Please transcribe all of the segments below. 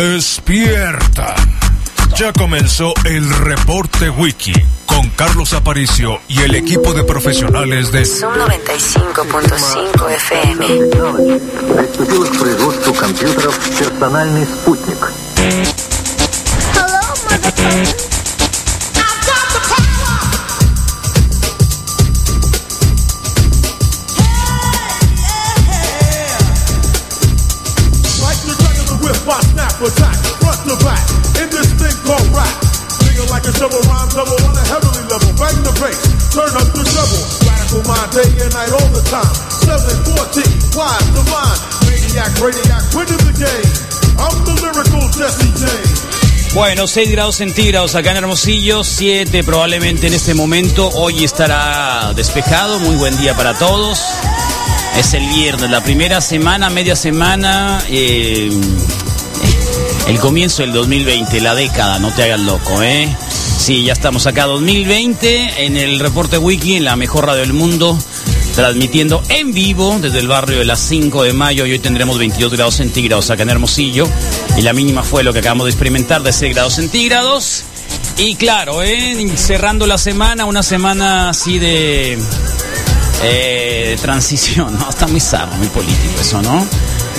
Despierta. Ya comenzó el reporte wiki con Carlos Aparicio y el equipo de profesionales de Son 95.5 FM. Приступила к производству компьютеров «Персональный спутник». Hello, motherfucker. I've got the power. Like the dragon the whip, I snap attack, front to back, in this thing called rap. Singing like a shovel rhyme double on a heavenly level. Bang the bass, turn up the shovel. Radical mind, day and night all the time. 714, wise, divine. Maniac, radiac, winning the game. I'm the lyrical Jesse James. Bueno, 6 grados centígrados acá en Hermosillo, 7 probablemente en este momento. Hoy estará despejado, muy buen día para todos. Es el viernes, la primera semana, media semana, eh, el comienzo del 2020, la década, no te hagas loco, ¿eh? Sí, ya estamos acá 2020 en el reporte wiki, en la mejor radio del mundo, transmitiendo en vivo desde el barrio de las 5 de mayo y hoy tendremos 22 grados centígrados acá en Hermosillo y la mínima fue lo que acabamos de experimentar de 6 grados centígrados y claro, ¿eh? cerrando la semana, una semana así de eh, de transición, ¿no? Está muy sarro, muy político eso, ¿no?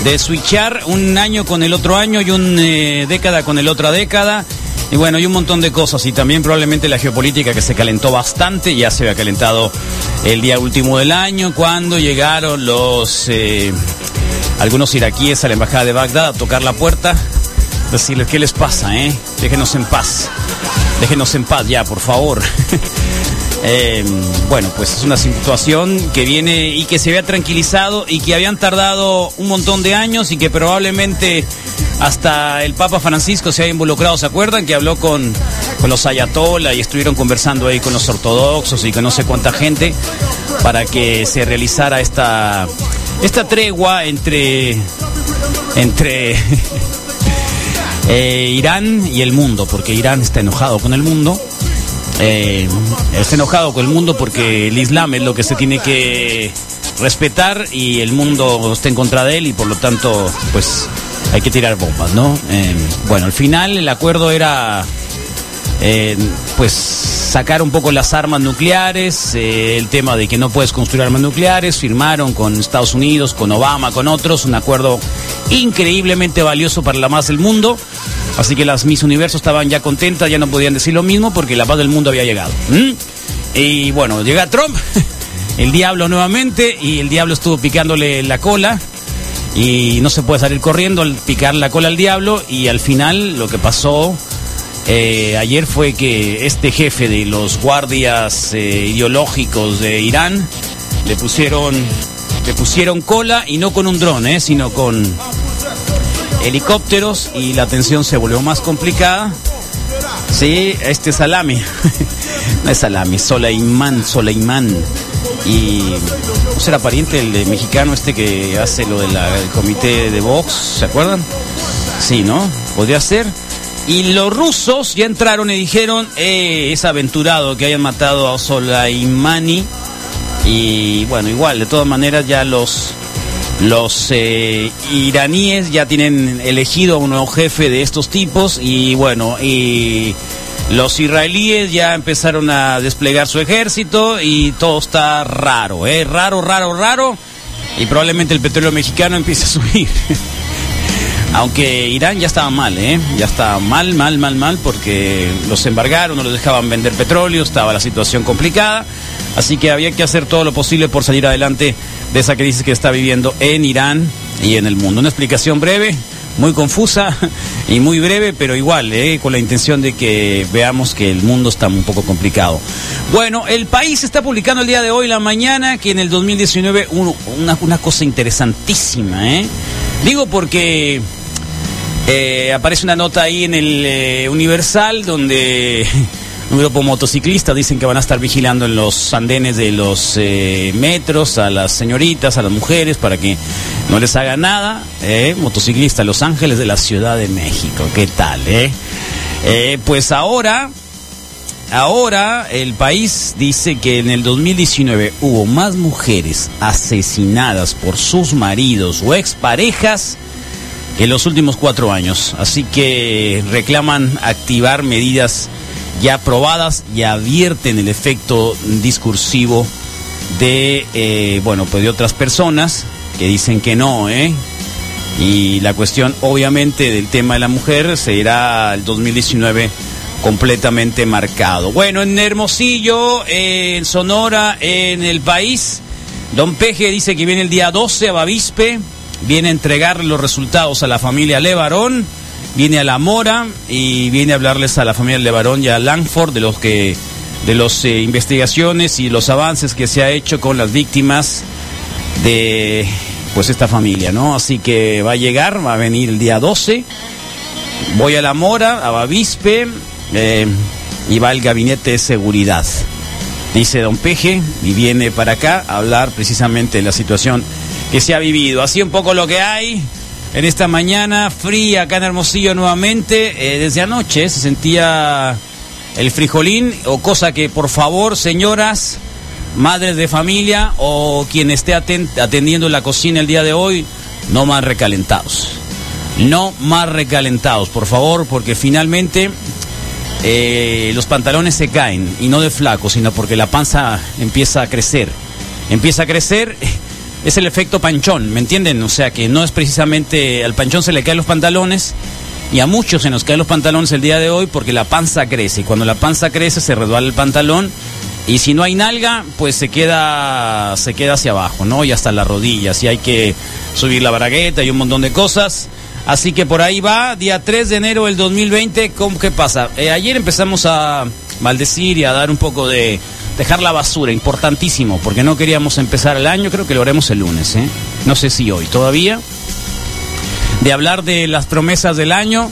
De switchar un año con el otro año y una década con el otra década. Y bueno, y un montón de cosas. Y también probablemente la geopolítica que se calentó bastante, ya se había calentado el día último del año, cuando llegaron los eh, algunos iraquíes a la embajada de Bagdad a tocar la puerta, decirles qué les pasa, ¿eh? Déjenos en paz. Déjenos en paz ya, por favor. Eh, bueno, pues es una situación que viene y que se había tranquilizado y que habían tardado un montón de años y que probablemente hasta el Papa Francisco se haya involucrado. ¿Se acuerdan que habló con, con los ayatolas y estuvieron conversando ahí con los ortodoxos y con no sé cuánta gente para que se realizara esta, esta tregua entre, entre eh, Irán y el mundo? Porque Irán está enojado con el mundo eh, está enojado con el mundo porque el Islam es lo que se tiene que respetar y el mundo está en contra de él y por lo tanto pues hay que tirar bombas, ¿no? Eh, bueno, al final el acuerdo era eh, pues sacar un poco las armas nucleares, eh, el tema de que no puedes construir armas nucleares, firmaron con Estados Unidos, con Obama, con otros, un acuerdo increíblemente valioso para la paz del mundo. Así que las Miss Universo estaban ya contentas, ya no podían decir lo mismo porque la paz del mundo había llegado. ¿Mm? Y bueno, llega Trump, el diablo nuevamente, y el diablo estuvo picándole la cola y no se puede salir corriendo al picar la cola al diablo y al final lo que pasó eh, ayer fue que este jefe de los guardias eh, ideológicos de Irán le pusieron le pusieron cola y no con un dron eh, sino con helicópteros y la tensión se volvió más complicada Sí, este salami. no es salami, Soleimán, Soleimán. Y no será pariente el de mexicano este que hace lo del comité de box, ¿se acuerdan? Sí, ¿no? Podría ser. Y los rusos ya entraron y dijeron, eh, es aventurado que hayan matado a Soleimani. Y bueno, igual, de todas maneras ya los los eh, iraníes ya tienen elegido a un nuevo jefe de estos tipos y bueno, y los israelíes ya empezaron a desplegar su ejército y todo está raro, ¿eh? Raro, raro, raro. Y probablemente el petróleo mexicano empiece a subir. Aunque Irán ya estaba mal, ¿eh? Ya estaba mal, mal, mal, mal, porque los embargaron, no los dejaban vender petróleo, estaba la situación complicada. Así que había que hacer todo lo posible por salir adelante de esa crisis que está viviendo en Irán y en el mundo. Una explicación breve, muy confusa y muy breve, pero igual, ¿eh? con la intención de que veamos que el mundo está un poco complicado. Bueno, el país está publicando el día de hoy, la mañana, que en el 2019, uno- una, una cosa interesantísima, ¿eh? Digo porque eh, aparece una nota ahí en el eh, Universal donde un grupo motociclista dicen que van a estar vigilando en los andenes de los eh, metros a las señoritas, a las mujeres, para que no les haga nada. Eh, motociclista Los Ángeles de la Ciudad de México, ¿qué tal? Eh? Eh, pues ahora Ahora el país dice que en el 2019 hubo más mujeres asesinadas por sus maridos o exparejas en los últimos cuatro años. Así que reclaman activar medidas ya aprobadas y advierten el efecto discursivo de, eh, bueno, pues de otras personas que dicen que no, ¿eh? Y la cuestión, obviamente, del tema de la mujer se irá al 2019 completamente marcado. Bueno, en Hermosillo, eh, en Sonora, en el país, Don Peje dice que viene el día 12 a Bavispe, viene a entregar los resultados a la familia Levarón, viene a La Mora y viene a hablarles a la familia Levarón y a Langford de los que de las eh, investigaciones y los avances que se ha hecho con las víctimas de pues esta familia, ¿no? Así que va a llegar, va a venir el día 12. Voy a La Mora, a Bavispe eh, y va el gabinete de seguridad. Dice Don Peje y viene para acá a hablar precisamente de la situación que se ha vivido. Así un poco lo que hay en esta mañana fría acá en Hermosillo nuevamente. Eh, desde anoche se sentía el frijolín o cosa que por favor señoras madres de familia o quien esté atendiendo la cocina el día de hoy, no más recalentados. No más recalentados, por favor, porque finalmente eh, los pantalones se caen, y no de flaco, sino porque la panza empieza a crecer. Empieza a crecer, es el efecto panchón, ¿me entienden? O sea que no es precisamente, al panchón se le caen los pantalones, y a muchos se nos caen los pantalones el día de hoy porque la panza crece, y cuando la panza crece se resbala el pantalón, y si no hay nalga, pues se queda, se queda hacia abajo, ¿no? Y hasta las rodillas. Y hay que subir la baragueta y un montón de cosas. Así que por ahí va, día 3 de enero del 2020. ¿cómo, ¿Qué pasa? Eh, ayer empezamos a maldecir y a dar un poco de. dejar la basura, importantísimo, porque no queríamos empezar el año. Creo que lo haremos el lunes, ¿eh? No sé si hoy todavía. De hablar de las promesas del año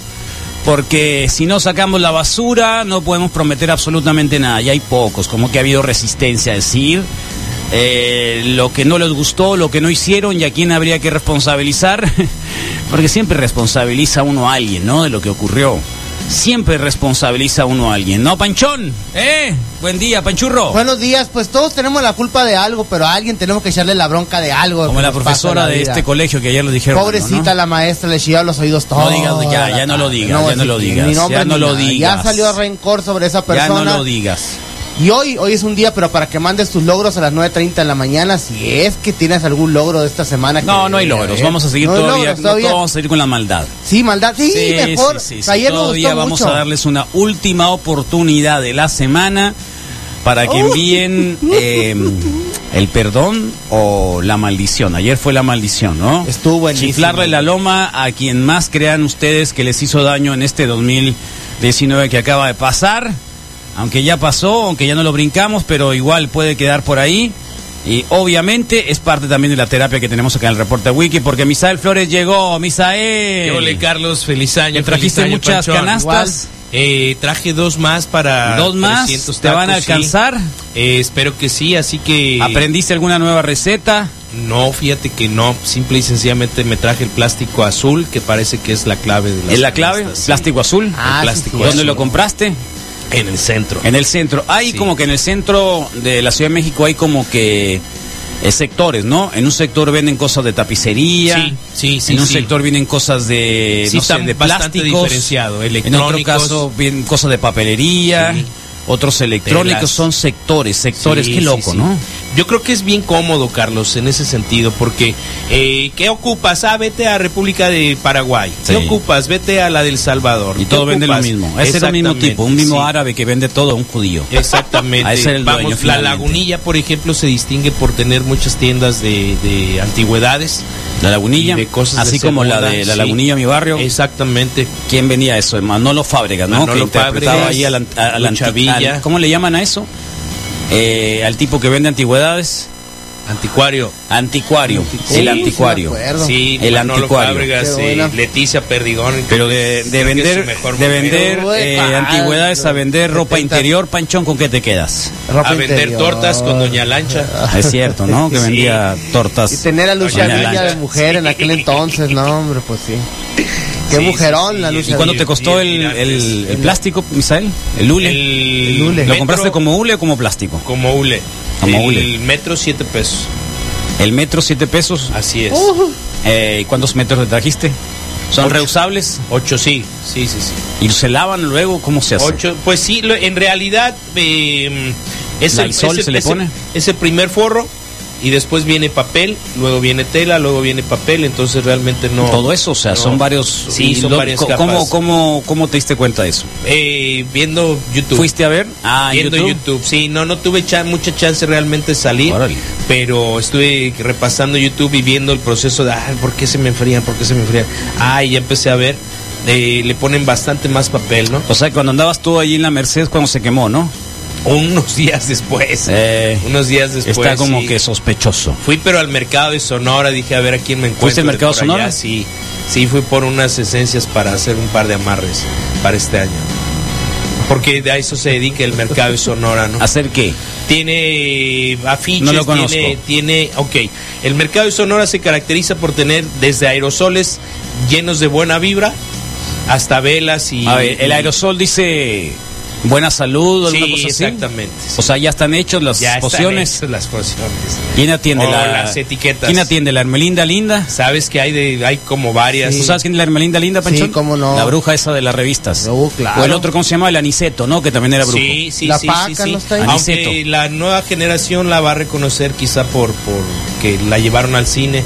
porque si no sacamos la basura no podemos prometer absolutamente nada. Y hay pocos, como que ha habido resistencia a decir eh, lo que no les gustó, lo que no hicieron y a quién habría que responsabilizar, porque siempre responsabiliza uno a alguien, ¿no? De lo que ocurrió. Siempre responsabiliza uno a alguien, ¿no, Panchón? ¿Eh? Buen día, Panchurro. Buenos días, pues todos tenemos la culpa de algo, pero a alguien tenemos que echarle la bronca de algo. Como que la nos pasa en profesora la de vida. este colegio que ayer lo dijeron. Pobrecita ¿no? la maestra, le chillaba los oídos No todos. digas, ya, ya no lo digas, ya no lo digas, ya no lo digas. Ya salió rencor sobre esa Ya persona. no lo digas. Y hoy, hoy es un día, pero para que mandes tus logros a las 9.30 de la mañana, si es que tienes algún logro de esta semana. que- No, no hay logros. eh, Vamos a seguir no hay todavía. logros no todos vamos a seguir con la maldad. Sí, maldad. Sí, mejor. sí, sí, sí. Ayer me Todavía gustó vamos mucho. a darles una última oportunidad de la semana para que envíen eh, el perdón o la maldición. Ayer fue la maldición, ¿no? Estuvo buenísimo. Chiflarle la loma a quien más crean ustedes que les hizo daño en este 2019 que acaba de pasar. Aunque ya pasó, aunque ya no lo brincamos, pero igual puede quedar por ahí. Y obviamente es parte también de la terapia que tenemos acá en el reporte Wiki, porque Misael Flores llegó. Misael. Ole, Carlos, feliz año. Me trajiste feliz año, muchas Panchón. canastas. Eh, traje dos más para. Dos más. 300 ¿Te van a Ah, tacos, sí. alcanzar? Eh, espero que sí, así que. ¿Aprendiste alguna nueva receta? No, fíjate que no. Simple y sencillamente me traje el plástico azul, que parece que es la clave de las ¿Es la clave? canastas, sí. Plástico azul. Ah, El sí, plástico sí. ¿Dónde azul. lo compraste? En el centro. En el centro. Hay Sí. como que en el centro de la Ciudad de México hay como que eh, sectores, ¿no? En un sector venden cosas de tapicería. Sí, sí, sí, En un sí. sector vienen cosas de, Sí, no sé, está de bastante plásticos. diferenciado. En otro Electrónicos. caso vienen cosas de papelería. Sí. Otros electrónicos Telas. son sectores, sectores, Sí, qué sí, loco, sí. ¿no? Yo creo que es bien cómodo, Carlos, en ese sentido, porque eh, ¿qué ocupas? Ah, vete a República de Paraguay. ¿Qué Sí. ocupas? Vete a la del Salvador. Y ¿Qué todo vende lo ocupas? mismo. Ese es el mismo Exactamente, tipo, un mismo sí. Eh, árabe que vende todo, un judío. Exactamente. A ese era el Vamos, dueño, la finalmente. Lagunilla, por ejemplo, se distingue por tener muchas tiendas de, de antigüedades. La Lagunilla, y de cosas así de como la segunda, de la sí. Lagunilla, mi barrio. Exactamente. ¿Quién venía eso? Manolo Fábregas, ¿no? Manolo que interpretaba Fábregas, ahí al, an- a- al Lucha anti- Villa. al- ¿Cómo le llaman a eso? Eh, al tipo que vende antigüedades. Anticuario. Anticuario. Sí, el sí me anticuario. acuerdo. Sí, El Manolo anticuario. Fábregas, Qué eh, buena. Leticia Perdigón. Pero de, de Creo que es su vender, mejor de momento. vender eh, Ah, antigüedades a vender ropa 70. interior, panchón, ¿con qué te quedas? Ropa A vender interior. tortas con Doña Lancha. Es cierto, ¿no? Que Sí. vendía tortas. Y tener a Lucha Doña Villa de Lancha. mujer en aquel entonces, no, hombre, pues sí. Qué Sí, mujerón sí, sí. la ¿Y Lucha ¿Y cuándo Sí, te costó sí, el, antes. el- el plástico, Misael? ¿El hule? El, hule. ¿Lo metro compraste como hule o como plástico? como hule. Como el hule. metro siete pesos. Ah, El metro, siete pesos. Así es. Eh, ¿Cuántos metros le trajiste? ¿Son reusables? Ocho, sí, sí, sí, sí. ¿Y se lavan luego? ¿Cómo se hace? Ocho, pues sí, lo- en realidad eh, es, el, ¿Lysol es el- se le es el- pone? es el primer forro y después viene papel, luego viene tela, luego viene papel, entonces realmente no... Todo eso, o sea, no. son varios... Sí, y son lo- varias co- capas. ¿cómo, cómo, ¿Cómo te diste cuenta de eso? Eh, viendo YouTube. ¿Fuiste a ver? Ah, ¿en viendo YouTube? Sí, no, no tuve chan- mucha chance realmente de salir, Órale. pero estuve repasando YouTube y viendo el proceso de, ay, ¿por qué se me enfrían? ¿Por qué se me enfrían? Ay, ya empecé a ver, eh, le ponen bastante más papel, ¿no? O sea, cuando andabas tú allí en la Merced, cuando se quemó, ¿no? Unos días después. Eh, unos días después. Está como sí. que sospechoso. Fui pero al mercado de Sonora, dije a ver a quién me encuentro. ¿Fuiste al de mercado por Sonora? allá, Sí, sí, fui por unas esencias para hacer un par de amarres para este año. Porque de a eso se dedica el mercado de Sonora, ¿no? ¿Hacer qué? Tiene afiches, No lo conozco. tiene, tiene, ok. El mercado de Sonora se caracteriza por tener desde aerosoles llenos de buena vibra hasta velas y... a ver, el aerosol dice buena salud o Sí, alguna cosa así. exactamente. O sea, ya están hechos las Ya están pociones. hechas las pociones. ¿Quién atiende O la- las etiquetas. ¿Quién atiende la Hermelinda Linda? Sabes que hay de, hay como varias. ¿Tú sabes quién es la Hermelinda Linda, Sí, Panchón? cómo no. La bruja esa de las revistas. No, claro. O el otro, ¿cómo se llama? El Aniceto, ¿no? Que también era brujo. Sí, sí, La sí, paca, sí, sí. ¿no está ahí? Aunque Aniceto. la nueva generación la va a reconocer quizá por, por que la llevaron al cine.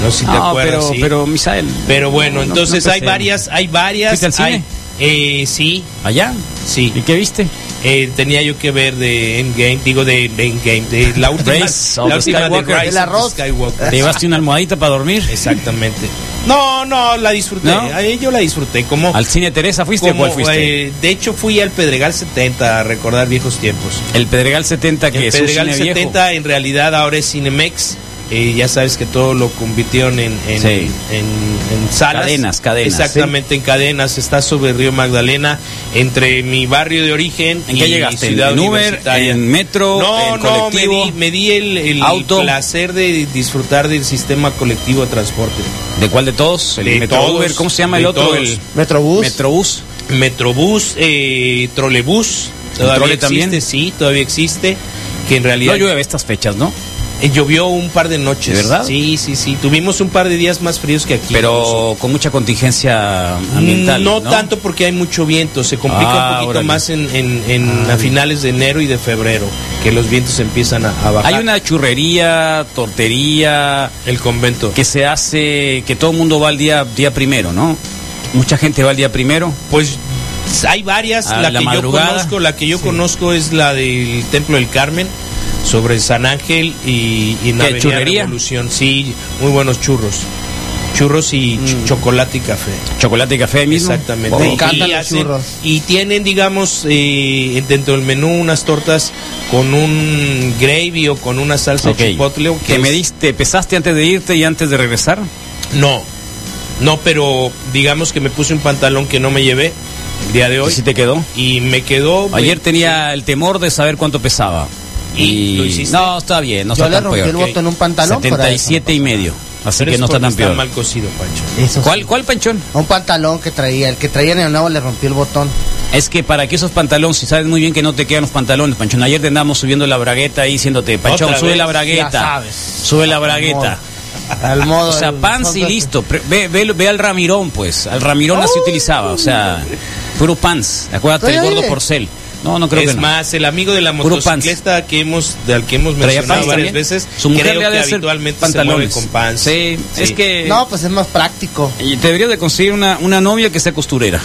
No sé si te No, Ah, acuerdas. pero, sí. pero, Misael. Pero bueno, no, no, entonces no hay pensé. varias, hay varias. ¿Fuiste al hay- eh, sí, ¿Allá? sí. ¿Y qué viste? Eh, tenía yo que ver de Endgame, digo de, de Endgame, de la última, Race of la the última Skywalker. de Rise El of the arroz. Skywalker. ¿Te llevaste una almohadita para dormir? Exactamente. No, no, la disfruté. ¿No? Ahí yo la disfruté. Como, ¿Al cine Teresa fuiste o como, cuál fuiste? eh, de hecho, fui al Pedregal 70 a recordar viejos tiempos. el Pedregal 70, que El es un Pedregal cine 70 viejo. en realidad ahora es Cinemex. Eh, ya sabes que todo lo convirtieron en, en, Sí. en- en salas. Cadenas, cadenas. Exactamente, en cadenas. Está sobre Río Magdalena, entre mi barrio de origen ¿En y qué llegaste? Ciudad ¿En Uber? Universitaria. ¿En metro? No, ¿En no, me colectivo? di, me di el, el ¿Auto? placer de disfrutar del sistema colectivo de transporte. ¿De cuál de todos? ¿El De Metro todos, Uber? ¿Cómo se llama de el otro? todos. El Metrobús. Metrobús. Metrobús, eh, trolebús, trole todavía existe, también? sí, todavía existe, que en realidad No llueve estas fechas, ¿no? Eh, llovió un par de noches. ¿De verdad? Sí, sí, sí. Tuvimos un par de días más fríos que aquí. Pero con mucha contingencia ambiental. No, tanto porque hay mucho viento, se complica Ah, un poquito órale. Ah. más en, en- en- a finales de enero y de febrero, que los vientos empiezan a, a bajar. Hay una churrería, tortería, El convento. que se hace, que todo el mundo va al día, día primero, ¿no? Mucha gente va al día primero. Pues hay varias, A la, la que madrugada. yo conozco, la que yo conozco es la del Templo del Carmen sobre San Ángel y, y en ¿Qué, Avenida churrería? Revolución. Sí, muy buenos churros. Churros y Mm. ch- chocolate y café. Chocolate y café ahí mismo. Exactamente. Me Y- encantan y los churros. Y tienen, digamos, eh, dentro del menú unas tortas con un gravy o con una salsa Ok. chipotle. o ¿Te es- mediste, pesaste antes de irte y antes de regresar? No, no, pero digamos que me puse un pantalón que no me llevé el día de ¿Y hoy. si te quedó? Y me quedó... pues, Ayer tenía el temor de saber cuánto pesaba. ¿Y lo hiciste? no, está bien, no Yo está le tan rompí peor. el voto en un pantalón. para 77 y medio. Así pero que es no está tan porque peor. mal cocido, Pancho. eso. Eso ¿Cuál, sí. ¿Cuál panchón? Un pantalón que traía. El que traía en el nuevo le rompió el botón. Es que para que esos pantalones, si sabes muy bien que no te quedan los pantalones, Panchón. Ayer te andamos subiendo la bragueta ahí diciéndote, Panchón, Otra sube vez, la ya bragueta. sabes. Sube la bragueta. Al modo. O sea, del- pants y listo. Pre- Ve, ve, ve al Ramirón, pues. Al Ramirón así utilizaba. O sea, puro pants. Acuérdate, el Oye, gordo oye. porcel. No, no creo es que no. más, el amigo de la Puro motocicleta que hemos, del que hemos Traía mencionado pants varias también. veces, Su mujer creo le ha de que hacer habitualmente pantalones. se mueve con pants. Sí, es que No, pues es más práctico. y te deberías de conseguir una, una novia que sea costurera.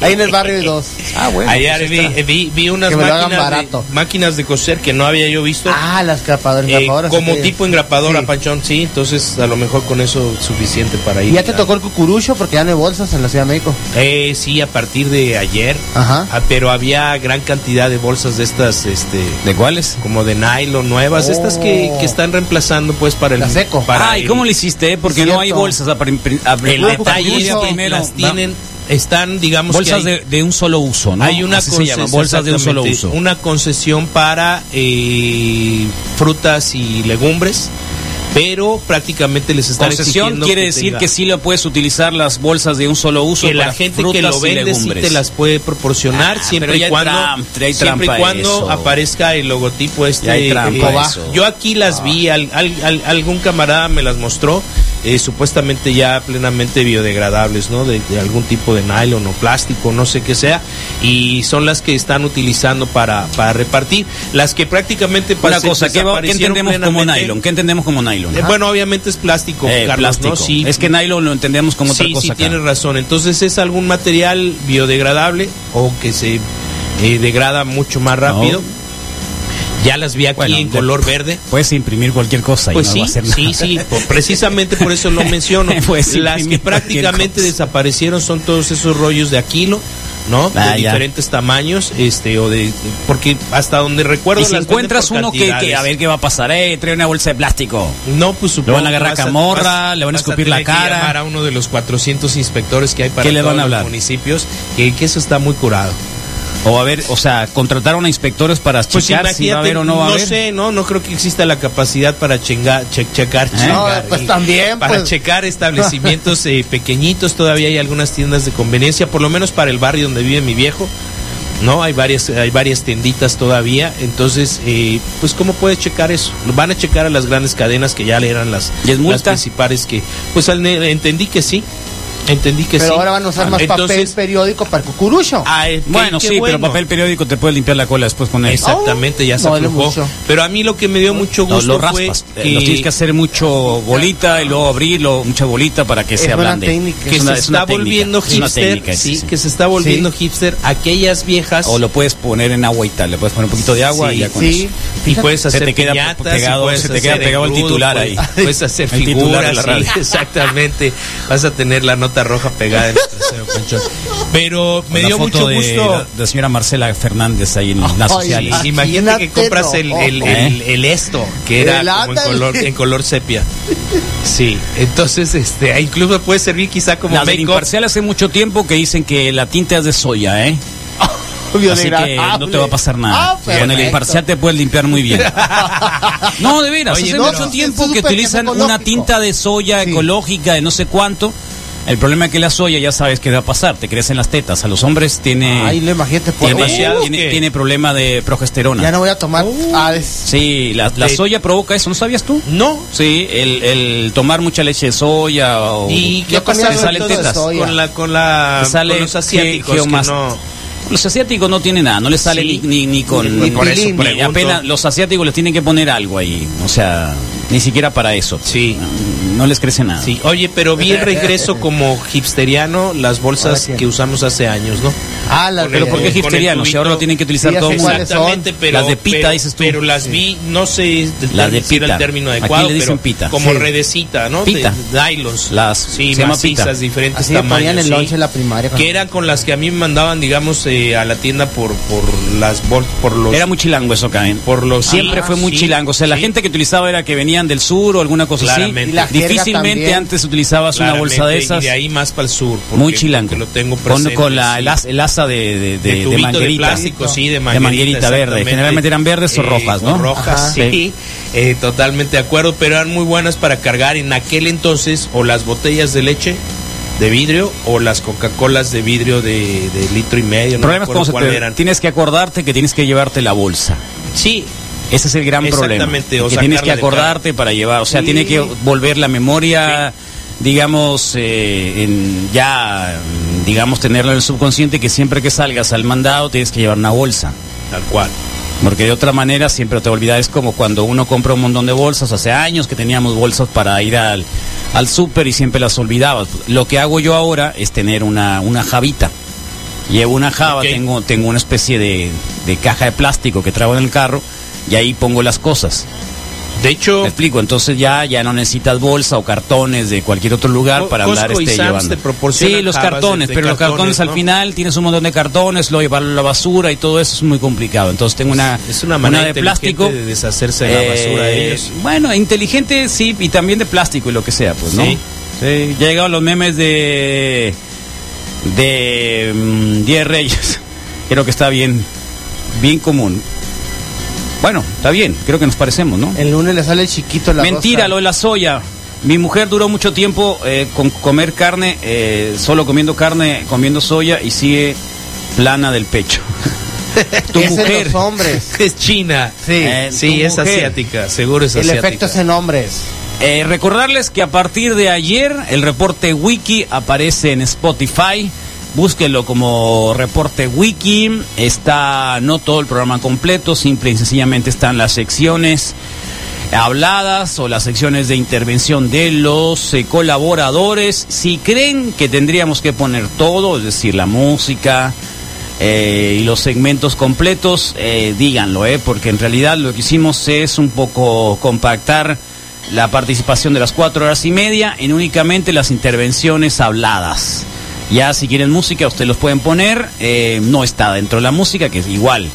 Ahí en el barrio hay dos. Ah, bueno. Ayer vi, vi- vi unas pues, Que me lo hagan máquinas de, barato. máquinas de coser que no había yo visto. Ah, las grapadoras. eh, grapadoras, como sí. tipo engrapadora, Sí. Panchón, sí. Entonces, a lo mejor con eso es suficiente para ir. ¿Y ya te tocó el cucurucho porque ya no hay bolsas en la Ciudad de México. Eh, sí, a partir de ayer. Ajá. Ah, pero había gran cantidad de bolsas de estas, este, ¿De cuáles? como de nylon nuevas, Oh. estas que, que están reemplazando, pues, para el. Las eco. Para Ay, el- ¿cómo le hiciste? eh? Porque no hay Cierto. bolsas. ah, para imprim- ah, El para detalle es imprimir que primero, las ¿no? tienen, están, digamos, que Bolsas hay- de, de un solo uso, ¿no? Hay una Así se llama, conces- bolsas de un solo exactamente, uso. Una concesión para eh, frutas y legumbres, pero prácticamente les están Concesión exigiendo quiere decir tenga- que sí la puedes utilizar las bolsas de un solo uso que la para gente que frutas lo y vende sí legumbres. te las puede proporcionar Ah, siempre pero ya y hay cuando trampa, hay siempre trampa y cuando eso. aparezca el logotipo este Ya hay trampa eh, eso. Ah. yo aquí las vi al- al- al- algún camarada me las mostró eh, supuestamente ya plenamente biodegradables, ¿no? De, de algún tipo de nylon o plástico, no sé qué sea, y son las que están utilizando para, para repartir. Las que prácticamente Una pues, se cosa, ¿qué, va- qué desaparecieron entendemos como plenamente. nylon? ¿Qué entendemos como nylon? Ah, Eh, bueno, obviamente es plástico, Eh, Carlos, plástico. ¿no? Sí, Es que nylon lo entendemos como otra sí, cosa. sí, acá. tienes razón. Entonces es algún material biodegradable o que se eh, degrada mucho más rápido. Ya las vi aquí Bueno, en de- color verde. Puedes imprimir cualquier cosa y Pues no sí, va a hacer nada. sí, sí, por- precisamente por eso lo menciono. Pues sí, Las que imprimir cualquier prácticamente cosa. desaparecieron son todos esos rollos de aquilo, ¿no? Ah, de ya. diferentes tamaños, este, o de, porque hasta donde recuerdo. Y si las venden encuentras por uno que, que, cantidades. a ver qué va a pasar, eh, trae una bolsa de plástico. No, pues Lo supongo. van a que agarrar vas camorra, le van a vas escupir la tener que cara. llamar a uno de los 400 inspectores que hay para ¿Qué le todos van a hablar? los municipios, que, que eso está muy curado. O a ver, o sea, contrataron a inspectores para checar si va a haber o no va a haber. sé, Pues no, no creo que exista la capacidad para chingar, che- ¿Eh? checar, chingar, No, pues y- también, para pues. checar establecimientos eh, pequeñitos, todavía hay algunas tiendas de conveniencia, por lo menos para el barrio donde vive mi viejo. No, hay varias, hay varias tienditas todavía, entonces, eh, pues cómo puedes checar eso? Lo Van a checar a las grandes cadenas que ya le eran las, ¿Y es las multa? principales que, pues al- entendí que sí, entendí que Pero sí. ahora van a Ah, usar más Entonces, papel periódico para cucurucho. ah, eh, qué- Bueno, qué sí, pero bueno. papel periódico te puede limpiar la cola después con eso. Exactamente, ya se Duele aflojó. mucho. Pero a mí lo que me dio mucho Oh, No, gusto lo fue raspas. Eh, que, Lo tienes que hacer mucho bolita y luego abrirlo, mucha bolita para que se buena ablande. técnica. que Es una- se es una está técnica, volviendo es una hipster, técnica, sí, sí, sí. que se está volviendo hipster aquellas viejas O lo puedes poner en agüita, le puedes poner un poquito de agua Sí, y ya con sí. eso. y puedes Se hacer te queda piñatas, pegado- y puedes se te queda hacer pegado el engrudo, titular puedes- ahí. Puedes hacer El titular de figuras, la sí, radio. exactamente. Vas a tener la nota roja pegada en el trasero, Pancho. Pero me Una dio foto mucho de gusto. la, de la señora Marcela Fernández ahí en las Ay, sociales. sí. Imagínate que compras el, el- el- el esto, que era El como en ándale. color, en color sepia. Sí, entonces este, ahí incluso puede servir quizá como la del make-up. imparcial hace mucho tiempo que dicen que la tinta es de soya, ¿eh? Así que no te va a pasar nada. Ah, Con el perfecto. imparcial te puedes limpiar muy bien. No, de veras, Oye, hace no, mucho no. tiempo Es que súper utilizan una ecológico. tinta de soya Sí. ecológica de no sé cuánto. El problema es que la soya ya sabes qué va a pasar, te crecen las tetas. A los hombres tiene Ay, le imagínate por tiene, demasiado, tiene- ¿qué? tiene problema de progesterona. Ya no voy a tomar Uh. Hades. Sí, la, la Sí. soya provoca eso, ¿no sabías tú? No, Sí, el, el tomar mucha leche de soya o ¿Y qué Yo comía pasa te salen todo de tetas. soya. con la con la Te sale con los asiáticos ge- que geomas- no? Los asiáticos no tienen nada, no les sale Sí. ni, ni, ni con... Ni Ni por eso ni pregunto. apenas los asiáticos les tienen que poner algo ahí, o sea, ni siquiera para eso. Sí. No les crece nada. Sí, oye, pero vi el regreso como hipsteriano las bolsas que usamos hace años, ¿no? Ah, la Con Pero el- ¿por qué con el hipsteriano? Si tubito. ahora lo tienen que utilizar Sí, ya todo sé el mundo. cuáles son. Exactamente, pero Las de pita, pero- dices tú. Pero las vi, no sé el Las de término- si era pita. el término Aquí adecuado, le dicen pero pita. como Sí. redecita, ¿no? Pita. De nylons. Las- sí, se llama macizas, pita. diferentes Así me tamaños. ponían el sí. lonche en la primaria. que eran con las que a mí me mandaban, digamos, eh, a la tienda por por las bol- por los Era muy chilango eso, Karen. por los Siempre Ah, fue muy sí, chilango. O sea, la sí. gente que utilizaba era que venían del sur o alguna cosa Claramente. Y la así. jerga Difícilmente también. antes utilizabas una bolsa de Claramente, esas. Y de ahí más para el sur. porque- muy chilango. porque Lo tengo con, presente. con la, sí. el, as- el asa de, de, de, De de tubito de manguerita. plástico, sí, de manguerita, manguerita. verde. exactamente. Generalmente eran verdes o Eh, rojas, ¿no? Rojas, Ajá. sí. Eh, totalmente de acuerdo, pero eran muy buenas para cargar en aquel entonces o las botellas de leche de vidrio o las Coca-Colas de vidrio de, de litro y medio. El No problema es recuerdo cómo se cuál te- eran. tienes que acordarte que tienes que llevarte la bolsa. Sí, Ese es el gran problema. Exactamente, o que tienes que sacarla de acordarte para llevar, o sea, tiene que volver la memoria, digamos, eh, en- ya, mm, digamos, tenerla en el subconsciente que siempre que salgas al mandado tienes que llevar una bolsa. tal cual. Porque de otra manera siempre te olvidas, es como cuando uno compra un montón de bolsas, hace años que teníamos bolsas para ir al, al súper y siempre las olvidabas. Lo que hago yo ahora es tener una, una jabita. Llevo una java, Ok. tengo, tengo una especie de, de caja de plástico que traigo en el carro y ahí pongo las cosas. De hecho, ¿Me explico? Entonces ya, ya no necesitas bolsa o cartones de cualquier otro lugar Co- para Costco hablar y este Sam's llevando. te proporcionan sí, los jabas cartones, de- de pero los cartones cartones, al ¿no? final tienes un montón de cartones, luego llevarlo a la basura y todo eso es muy complicado. Entonces tengo una, es una manera de inteligente plástico. de deshacerse de la basura de Eh, ellos. Bueno, inteligente sí, y también de plástico y lo que sea, pues, ¿no? Sí. Sí, ya llegaron los memes de de mm, Diez Reyes. Creo que está bien bien común. Bueno, está bien, creo que nos parecemos, ¿no? El lunes le sale el chiquito la Mentira, rosa. lo de la soya. Mi mujer duró mucho tiempo eh, con comer carne, eh, solo comiendo carne, comiendo soya y sigue plana del pecho. tu Es en mujer. los hombres. Es China. Sí. Eh, Sí, tu es mujer. asiática, seguro es el asiática. efecto es en hombres. Eh, recordarles que a partir de ayer el reporte wiki aparece en Spotify. Búsquenlo como reporte wiki. Está no todo el programa completo, simple y sencillamente están las secciones habladas o las secciones de intervención de los eh, colaboradores. Si creen que tendríamos que poner todo, es decir, la música eh, y los segmentos completos, eh, díganlo, eh, porque en realidad lo que hicimos es un poco compactar la participación de las cuatro horas y media en únicamente las intervenciones habladas. Ya si quieren música, ustedes los pueden poner. eh, no está dentro de la música, que es igual.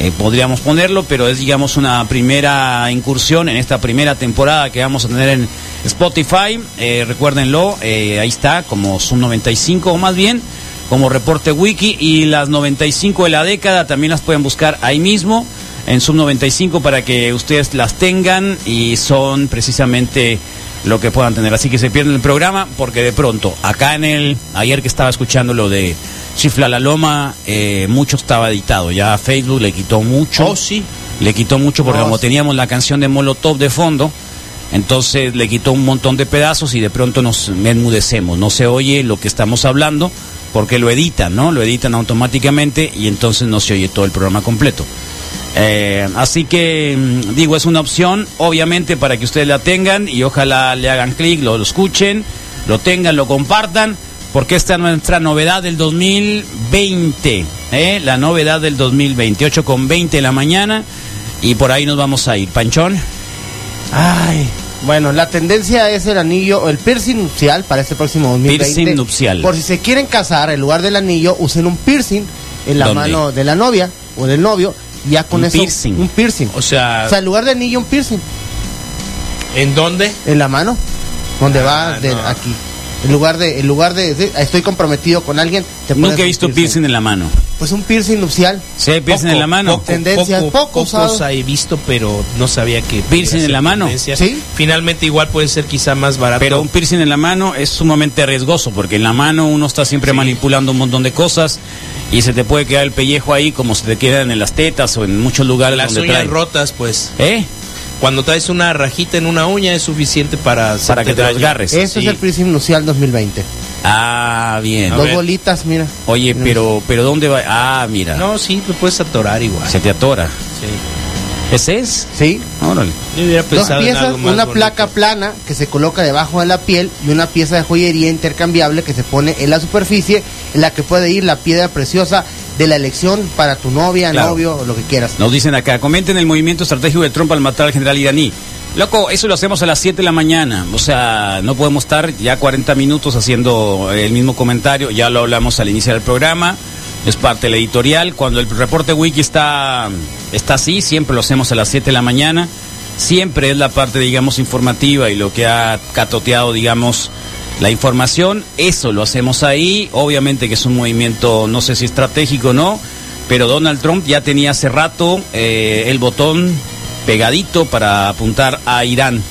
eh, podríamos ponerlo, pero es, digamos, una primera incursión en esta primera temporada que vamos a tener en Spotify. Eh, recuérdenlo, eh, ahí está, como Zoom 95 o más bien, como Reporte Wiki. Y las 95 de la década también las pueden buscar ahí mismo en Sub 95 para que ustedes las tengan y son precisamente lo que puedan tener. Así que se pierden el programa porque de pronto, acá en el, ayer que estaba escuchando lo de Chifla la Loma, eh, mucho estaba editado. Ya Facebook le quitó mucho. Oh, sí. Oh, Le quitó mucho porque No, como sí. teníamos la canción de Molotov de fondo, entonces le quitó un montón de pedazos y de pronto nos enmudecemos. No se oye lo que estamos hablando porque lo editan, ¿no? Lo editan automáticamente y entonces no se oye todo el programa completo. Eh, así que, mm, digo, es una opción, obviamente, para que ustedes la tengan y ojalá le hagan clic, lo, lo escuchen, lo tengan, lo compartan, porque esta es nuestra novedad del 2020, ¿eh? la novedad del 2028 con 20 de la mañana y por ahí nos vamos a ir. Panchón, Ay, bueno, la tendencia es el anillo, o el piercing nupcial para este próximo 2020. Piercing nupcial. Por si se quieren casar, en lugar del anillo, usen un piercing en la ¿Dónde? mano de la novia o del novio. y Ya con Un eso. piercing. Un piercing. O sea, O sea, en lugar de anillo, un piercing ¿en dónde? en la mano. Donde Ah, va de, no. aquí. En lugar de, en lugar de, de- estoy comprometido con alguien. te pones nunca he un visto piercing en la mano. Pues un piercing nupcial. ¿Sí hay piercing Poco, en la mano? Poco, Tendencias poco, poco pocos usado. he visto, pero no sabía que. pudiera en ser la mano. tendencia. Sí. Finalmente, igual puede ser quizá más barato. Pero un piercing en la mano es sumamente riesgoso porque en la mano uno está siempre manipulando un montón de cosas y se te puede quedar el pellejo ahí como se te quedan en las tetas o en muchos lugares las donde uñas traen. rotas, pues. ¿Eh? Cuando traes una rajita en una uña es suficiente para. Para que te daño. los agarres. Eso es sí. el piercing nupcial 2020. Ah, bien. A Dos ver. bolitas, mira. Oye, pero pero ¿dónde va? Ah, mira. No, sí, te puedes atorar igual. Se te atora. Sí. ¿Ese es? Sí. Órale. Yo hubiera Dos pensado en piezas, algo más una bonito. placa plana que se coloca debajo de la piel y una pieza de joyería intercambiable que se pone en la superficie en la que puede ir la piedra preciosa de la elección para tu novia, Claro. novio, o lo que quieras. Nos dicen acá, comenten el movimiento estratégico de Trump al matar al general iraní. Loco, eso lo hacemos a las 7 de la mañana. O sea, no podemos estar ya 40 minutos haciendo el mismo comentario. Ya lo hablamos al iniciar el programa. Es parte del editorial. Cuando el reporte wiki está, está así, siempre lo hacemos a las 7 de la mañana. Siempre es la parte, digamos, informativa y lo que ha catoteado, digamos, la información. Eso lo hacemos ahí. Obviamente que es un movimiento, no sé si estratégico o no. Pero Donald Trump ya tenía hace rato eh, el botón pegadito para apuntar a Irán.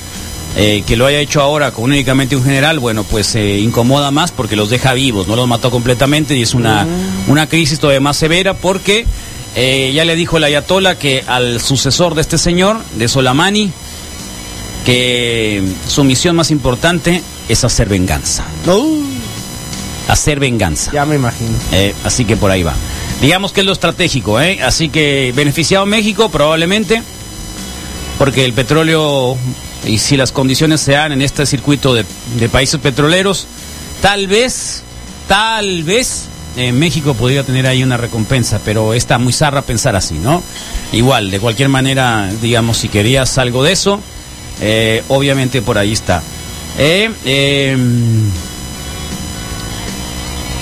Eh, que lo haya hecho ahora con únicamente un general, bueno, pues eh, incomoda más porque los deja vivos, no los mató completamente y es una, una crisis todavía más severa porque eh, ya le dijo el ayatola que al sucesor de este señor, de Soleimani, que su misión más importante es hacer venganza, No, hacer venganza. ya me imagino. Eh, así que por ahí va. Digamos que es lo estratégico, ¿eh? Así que beneficiado México probablemente, porque el petróleo, y si las condiciones se dan en este circuito de, de países petroleros, tal vez, tal vez eh, México podría tener ahí una recompensa, pero está muy zarra pensar así, ¿no? Igual, de cualquier manera, digamos, si querías algo de eso, eh, obviamente por ahí está. Eh, em,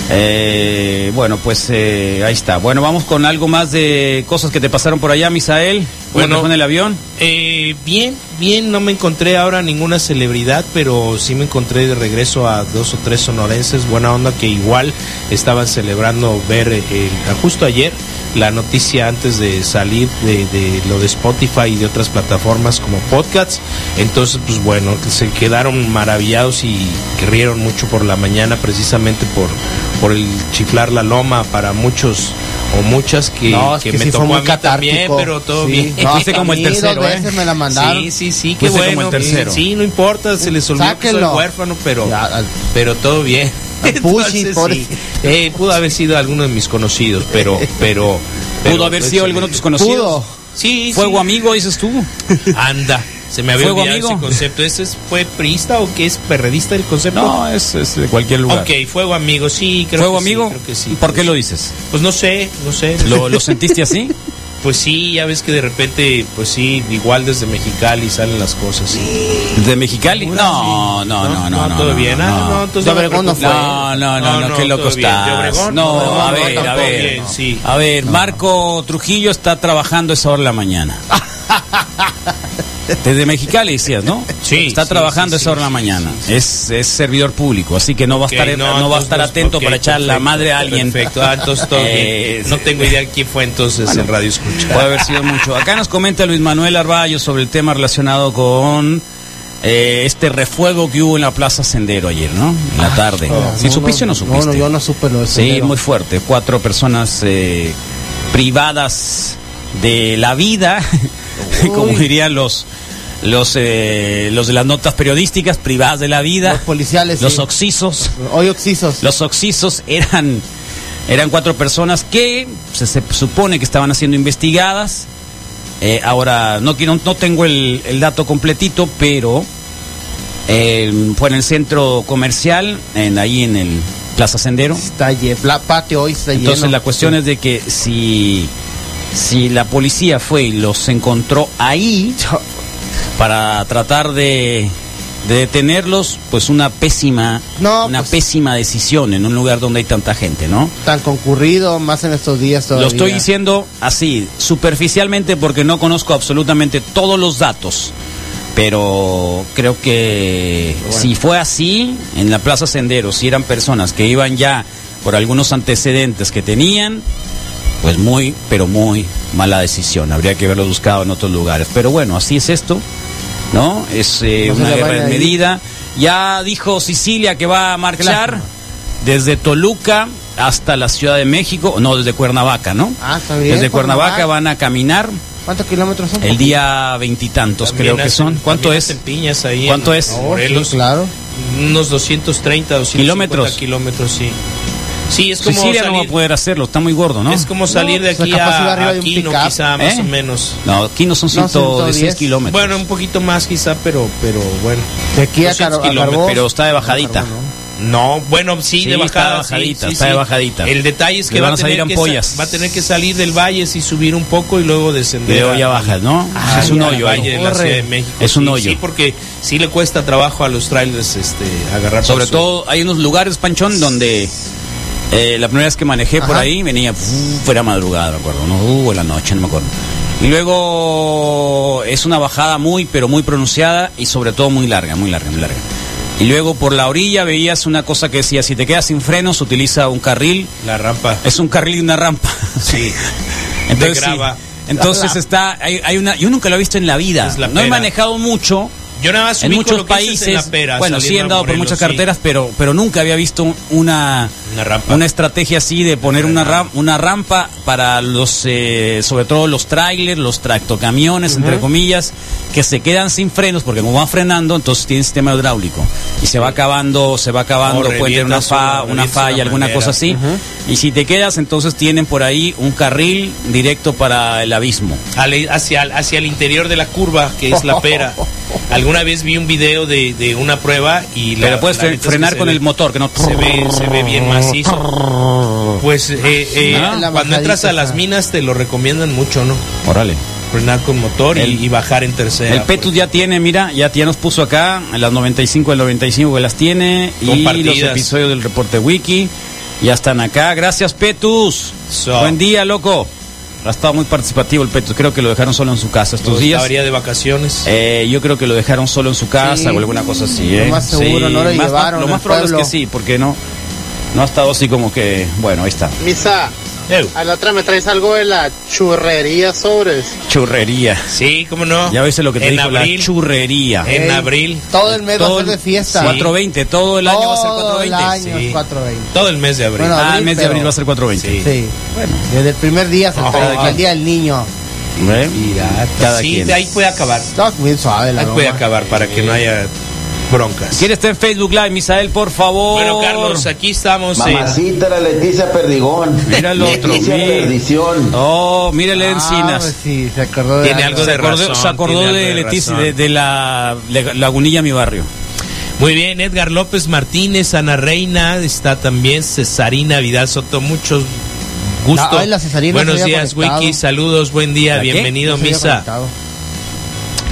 eh, bueno, pues eh, ahí está. Bueno, vamos con algo más de cosas que te pasaron por allá, Misael. Bueno, Bueno. con el avión. Eh, bien, bien, no me encontré ahora ninguna celebridad, pero sí me encontré de regreso a dos o tres sonorenses, buena onda, que igual estaban celebrando ver eh, el- justo ayer la noticia antes de salir de, de lo de Spotify y de otras plataformas como podcasts. Entonces, pues bueno, que se quedaron maravillados y que rieron mucho por la mañana precisamente por, por el chiflar la loma para muchos o muchas que, No, es que me sí fue tocó muy a mí catártico. también, pero todo Sí. bien. No, Fuiste como el a mí dos tercero, ¿eh? veces me la mandaron. Sí, sí, sí, qué Fuiste bueno. como el tercero. Sí, no importa, se les olvidó que soy Sáquenlo. huérfano, pero, Ya, al- pero todo bien. Al Puchi, Entonces, pobrecito. sí, eh, pudo haber sido alguno de mis conocidos, pero... pero Pudo haber sido alguno de tus conocidos. Pudo. Sí, sí. Fuego amigo, dices tú. Anda, se me había Fuego olvidado amigo. ese concepto. ¿Ese es- fue priista o qué es perredista el concepto? No, es, es de cualquier lugar. Ok, fuego amigo, sí, creo Fuego que sí, amigo, creo que sí. ¿por qué lo dices? Pues no sé, no sé. ¿Lo, lo sentiste así? Pues sí, ya ves que de repente, pues sí, igual desde Mexicali salen las cosas. ¿De Mexicali? No, no, no, no. no, todo no, bien. Ah, no. no, entonces De no me Obregón no fue. preocupes. No, no, no, no, qué loco todo bien. estás. De Obregón, no, de a Obregón ver, a tampoco ver. bien, sí. A ver, Marco Trujillo está trabajando esa hora de la mañana. Desde Mexicali decías, ¿no? Sí, Está sí, trabajando sí, esa hora de sí, la sí, mañana. Es, es servidor público, así que no va a Ok, estar, no, va a entonces, estar atento ok, para echar la perfecto, madre a alguien. Perfecto, ah, entonces todo Eh, bien. No tengo idea quién fue entonces en Radio Escucha. Puede haber sido mucho. Acá nos comenta Luis Manuel Arballo sobre el tema relacionado con eh, este refuego que hubo en la Plaza Sendero ayer, ¿no? En la tarde. si Ah, no, supiste o no no, supiste. No, no, yo no supe lo de Sí, Sendero. muy fuerte. Cuatro personas eh, privadas de la vida, como Uy. dirían los los eh, los de las notas periodísticas, privadas de la vida. Los policiales, los sí. oxisos. Hoy oxisos. Los oxisos eran, eran cuatro personas que se, se supone que estaban siendo investigadas. Eh, ahora, no, quiero- no tengo el, el dato completito, pero eh, fue en el centro comercial, en, ahí en el Plaza Sendero. Está lle- la patio hoy está Entonces lleno. la cuestión es de que si, si la policía fue y los encontró ahí para tratar de, de detenerlos, pues una pésima, No, una pues- pésima decisión en un lugar donde hay tanta gente, ¿no? tan concurrido, más en estos días todavía. Lo estoy diciendo así, superficialmente, porque no conozco absolutamente todos los datos. Pero creo que si fue así, en la Plaza Sendero, si eran personas que iban ya por algunos antecedentes que tenían, pues muy, pero muy mala decisión. Habría que haberlo buscado en otros lugares. Pero bueno, así es esto, ¿no? Es eh, No se una le guerra vaya en ahí. medida. Ya dijo Sicilia que va a marchar lástima. desde Toluca hasta la Ciudad de México, no, desde Cuernavaca, ¿no? Ah, está bien, Desde Cuernavaca. Cuernavaca van a caminar ¿Cuántos kilómetros son? el día veintitantos, creo que son. ¿Cuánto es? En piñas ahí ¿Cuánto en es? Oh, sí, Morelos. claro. Unos 230, 250 Kilómetros. kilómetros, sí. Sí, es como Sicilia no va a salir, poder hacerlo, está muy gordo, ¿no? es como salir No, de pues, aquí capaz iba arriba a de un Aquino, pick-up, quizá más ¿eh? o menos. No, aquí no son No, 116 110. kilómetros. Bueno, un poquito más quizá, pero pero bueno. De aquí a, 200 Caro- a kilómetros, Carbos. pero está de bajadita. No, Carbos, No, bueno, sí, Sí, de está bajada, de bajadita, sí, sí, está de sí. bajadita. El detalle es que Le va van a a salir tener que ampollas. sa- va a tener que salir del valle y subir un poco y luego Y descender. luego a- ya bajas, ¿no? Ah, es un ya, hoyo. al Valle ahí. de la Corre. Ciudad de México. Es un Sí, hoyo. Sí, porque sí le cuesta trabajo a los trailers este, agarrar. por Sobre su- todo hay unos lugares, Panchón, donde eh, la primera vez que manejé por Ajá. ahí venía, uf, era madrugada, me acuerdo, no, uh, en la noche, no me acuerdo. Y luego es una bajada muy, pero muy pronunciada y sobre todo muy larga, muy larga, muy larga. Y luego por la orilla veías una cosa que decía, si te quedas sin frenos, utiliza un carril La rampa. es un carril y una rampa. Sí. Entonces, De grava. sí. entonces La- está, hay, hay una, yo nunca lo he visto en la vida. Es la no he pera. manejado mucho. Yo nada más En ubico muchos lo que dices países, en la pera, bueno, sí he saliendo a andado por Morelos, muchas sí. carreteras, pero, pero nunca había visto una, Una rampa. una estrategia así de poner una, ram- una rampa para los, eh, sobre todo los trailers, los tractocamiones, entre comillas, que se quedan sin frenos, porque como van frenando, entonces tiene sistema hidráulico. Y se va acabando, se va acabando, O puede tener una, revientas fa- una- una revientas falla, una alguna manguera. cosa así. Y si te quedas, entonces tienen por ahí un carril directo para el abismo. Al- hacia, el- hacia el interior de la curva, que es la pera. Alguna vez vi un video de, de una prueba y la. Pero puedes la fre- neta es que frenar se con ve- el motor, que no... Se ve, se ve bien macizo. Pues eh, eh, Ah, la cuando entras bajadita a las está. minas te lo recomiendan mucho, ¿no? Órale. Frenar con motor y- El- y, bajar en tercera. pues. el por pues. Petus ya tiene, mira, ya, ya nos puso acá en las 95 del 95 que las tiene y Compartidas. los episodios del reporte wiki ya están acá. Gracias Petus. So. Buen día, loco. Ha estado muy participativo el Petus. Creo que lo dejaron solo en su casa estos Pues días. estaría de vacaciones. Eh, yo creo que lo dejaron solo en su casa Sí. o alguna cosa así. Lo ¿eh? más seguro, no lo llevaron Lo más al probable es pueblo. que sí, porque no, no ha estado así como que, bueno, ahí está. Misa, Eu. A la otra me traes algo de la churrería sobres. Churrería. Sí, cómo no. Ya viste lo que te en dijo abril, la churrería. En Ey, abril. Todo el mes va Todo a ser de fiesta. 420, todo el año va a ser 420. Todo el año es sí. 420. Todo el mes de abril. Bueno, ah, el mes de pero- abril va a ser 420. Sí. Bueno, desde el primer día hasta Ajá. el- hasta el día del niño. ¿Ve? Cada sí, quien. de ahí puede acabar. Está muy suave la Ahí puede broma. acabar para que no haya broncas. ¿Quién está en Facebook Live, Misael, por favor? Bueno, Carlos, eh. aquí estamos. en- Mamacita la Leticia Perdigón. Mira el otro. Leticia mira. Perdición. Oh, mírele Ah, encinas. pues sí, se acordó de Tiene algo. algo se de acordó, razón, se acordó tiene de algo de Leticia, razón. de, de la le- lagunilla mi barrio. Muy bien, Edgar López Martínez, Ana Reina, está también Cesarina Vidal Soto, muchos gusto. No, ay, la Ah, Cesarina Buenos se había días, conectado. Wiki, saludos, buen día, ¿La qué? bienvenido, No se había Misa. conectado.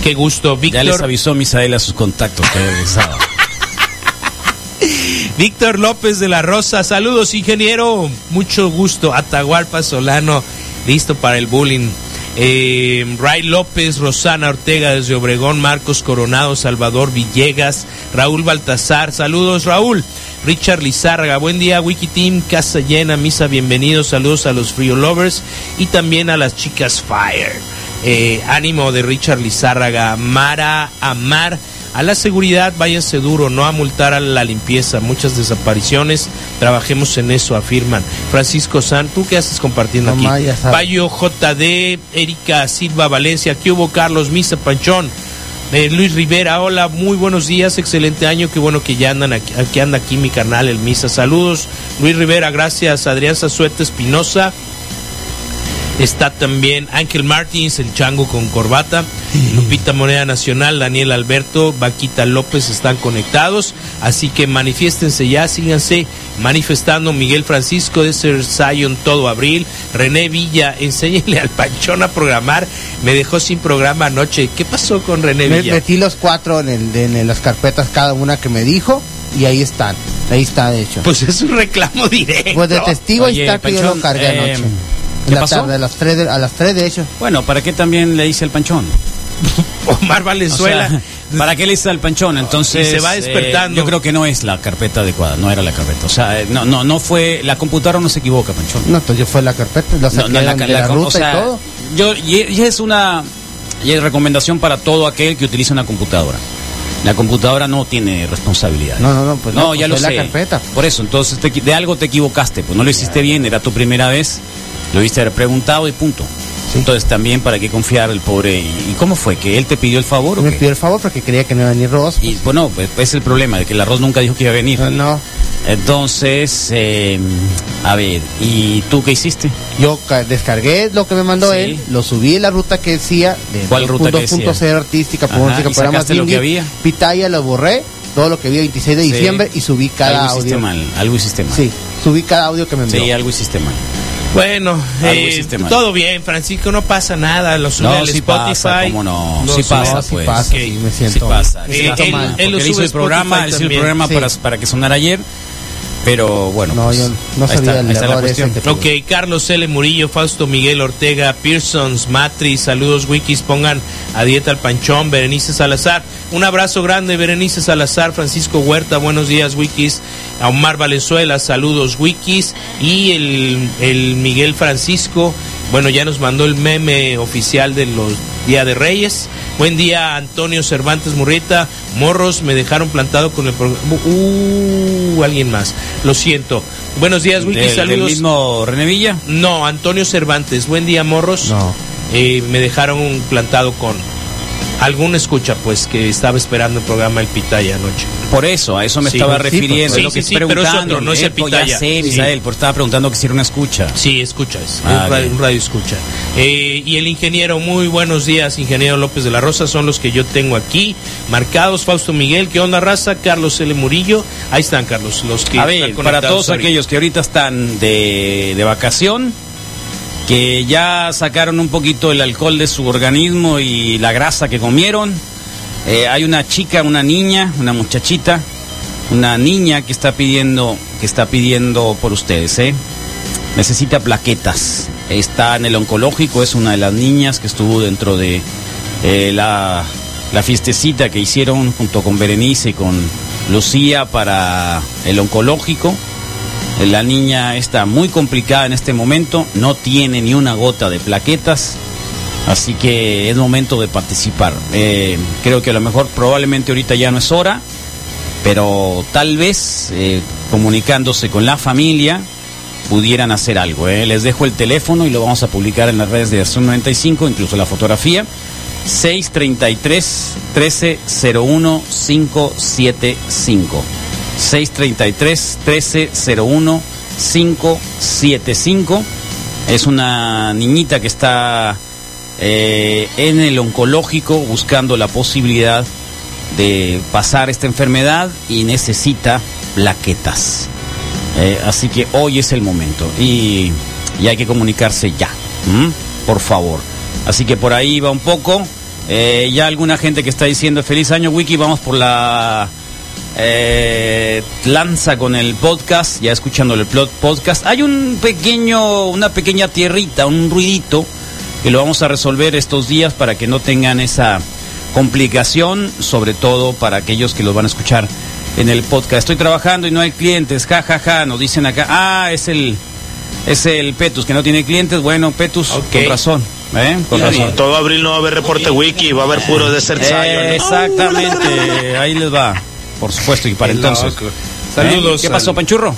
Qué gusto, Ya les Víctor. avisó Misael a sus contactos que regresaba. Víctor López de la Rosa, saludos, ingeniero, mucho gusto. Atahualpa Solano, listo para el bullying. Eh, Ray López, Rosana Ortega desde Obregón, Marcos Coronado, Salvador Villegas, Raúl Baltasar, saludos Raúl, Richard Lizárraga, buen día Wiki Team, Casa Llena, Misa, bienvenidos, saludos a los Frio Lovers y también a las chicas Fire. Eh, ánimo de Richard Lizárraga, Mara Amar, a la seguridad váyanse duro, no a multar a la limpieza, muchas desapariciones, trabajemos en eso, afirman. Francisco San, ¿tú qué haces compartiendo Mamá, aquí? ya sabe. Bayo JD, Erika Silva Valencia, ¿qué hubo Carlos Misa Panchón? Eh, Luis Rivera, hola, muy buenos días, excelente año, qué bueno que ya andan aquí, que anda aquí mi carnal, el Misa. Saludos, Luis Rivera, gracias, Adrián Sazueta Espinosa. Está también Ángel Martins, el chango con corbata, Lupita Moneda Nacional, Daniel Alberto, Vaquita López están conectados, así que manifiéstense ya, síganse manifestando. Miguel Francisco de Ser Zion todo abril, René Villa, enséñele al panchón a programar, me dejó sin programa anoche. ¿Qué pasó con René Me- Villa? metí los cuatro en, el, en, las carpetas, cada una que me dijo, y ahí están. Ahí está, de hecho. Pues, Pues es un reclamo directo. de testigo ahí Oye, está que yo Panchón, lo cargué eh, anoche. ¿qué En la pasó? tarde, a las tres, de, a las tres de hecho. Bueno, ¿para qué también le hice al panchón? Omar O Valenzuela. sea, ¿Para qué le hice al panchón? Entonces. Y se va eh, despertando. yo creo que no es la carpeta adecuada, no era la carpeta. O sea, eh, no, no, no fue. La computadora no se equivoca, panchón. No, entonces yo fue la carpeta, la No, saqué no, la, de la- la o ruta sea, y todo. Yo, y, y es una y es recomendación para todo aquel que utiliza una computadora. La computadora no tiene responsabilidad. No, no, no, pues no, no, pues ya lo es la sé. carpeta. Por eso, entonces te equi- de algo te equivocaste, pues no lo hiciste bien, era tu primera vez, lo viste haber preguntado y punto. Sí. Entonces también para qué confiar el pobre. ¿Y, y cómo fue? ¿Que él te pidió el favor o Me qué? pidió el favor porque quería que no iba a venir Ross. Y bueno, pues es el problema, de que el arroz nunca dijo que iba a venir. Ah, No, no. Entonces, eh, a ver, ¿y tú qué hiciste? Yo ca- descargué lo que me mandó Sí. él, lo subí en la ruta que decía, de ¿Cuál ruta que decía? 2.0 artística, Ajá, música, y programas sacaste lo que indie, había. Pitaya lo borré, todo lo que vi el 26 de Sí. diciembre y subí cada algo hiciste audio. mal, algo hiciste mal. Sí, subí cada audio que me envió. Sí, algo hiciste mal. Bueno, Algo eh, hiciste mal. todo bien, Francisco, no pasa nada, lo sube No, al sí Spotify. pasa, cómo no, Lo sí sube. pasa, sí pues. pasa, Ok. sí, me Sí siento mal. pasa. Me Eh, siento él- mal. él lo Porque él hizo sube el programa, Spotify él hizo el también. programa Sí. para, para que sonara ayer, pero bueno. No, pues, yo no ahí sabía está, el ahí está la error ese cuestión. que- Ok, Carlos L. Murillo, Fausto Miguel Ortega, Pearsons, Matri, saludos wikis, pongan a dieta al panchón, Berenice Salazar, un abrazo grande, Berenice Salazar, Francisco Huerta, buenos días wikis, a Omar Valenzuela, saludos wikis, y el, el Miguel Francisco, bueno, ya nos mandó el meme oficial de los Día de Reyes. Buen día, Antonio Cervantes Murrieta. Morros, me dejaron plantado con el programa. Uh, alguien más. Lo siento. Buenos días, Wiki. Del- del saludos. mismo René Villa? No, Antonio Cervantes. Buen día, morros. No. Eh, me dejaron plantado con algún escucha, pues, que estaba esperando el programa El Pitaya anoche. Por eso, a eso me Sí, estaba sí, refiriendo. pues, lo sí, que estoy sí, sí, pero es preguntando, otro, no es eh, el pues, ya Pitaya. sé, Sí. Misael, porque estaba preguntando que si era una escucha. Sí, escucha, es Ah, un, radio, bien. un radio escucha. Eh, y el ingeniero, muy buenos días, ingeniero López de la Rosa, son los que yo tengo aquí, marcados, Fausto Miguel, ¿qué onda raza? Carlos L. Murillo, ahí están Carlos, los que A están ver, para conectados todos ahorita. aquellos que ahorita están de, de vacación, que ya sacaron un poquito el alcohol de su organismo y la grasa que comieron, eh, hay una chica, una niña, una muchachita, una niña que está pidiendo, que está pidiendo por ustedes, ¿eh? Necesita plaquetas. Está en el oncológico, es una de las niñas que estuvo dentro de eh, la, la fiestecita que hicieron junto con Berenice y con Lucía para el oncológico. La niña está muy complicada en este momento, no tiene ni una gota de plaquetas, así que es momento de participar. Eh, creo que a lo mejor probablemente ahorita ya no es hora, pero tal vez eh, comunicándose con la familia pudieran hacer algo. ¿eh? Les dejo el teléfono y lo vamos a publicar en las redes de Zoom 95, incluso la fotografía. 633 1301 575. 633 1301 575. Es una niñita que está eh, en el oncológico buscando la posibilidad de pasar esta enfermedad y necesita plaquetas. Eh, así que hoy es el momento y, y hay que comunicarse ya, ¿m? por favor. Así que por ahí va un poco. Eh, ya alguna gente que está diciendo feliz año Wiki, vamos por la eh, lanza con el podcast, ya escuchando el plot podcast. Hay un pequeño, una pequeña tierrita, un ruidito que lo vamos a resolver estos días para que no tengan esa complicación, sobre todo para aquellos que lo van a escuchar en el podcast. Estoy trabajando y no hay clientes, ja, ja, ja, nos dicen acá, ah, es el, es el Petus que no tiene clientes, bueno, Petus, Ok. con razón, ¿eh? con razón. Todo abril no va a haber reporte wiki, va a haber puro de Eh, exactamente, ahí les va, por supuesto, y para Qué entonces. loco. ¿Eh? Saludos ¿Qué al- pasó, Panchurro?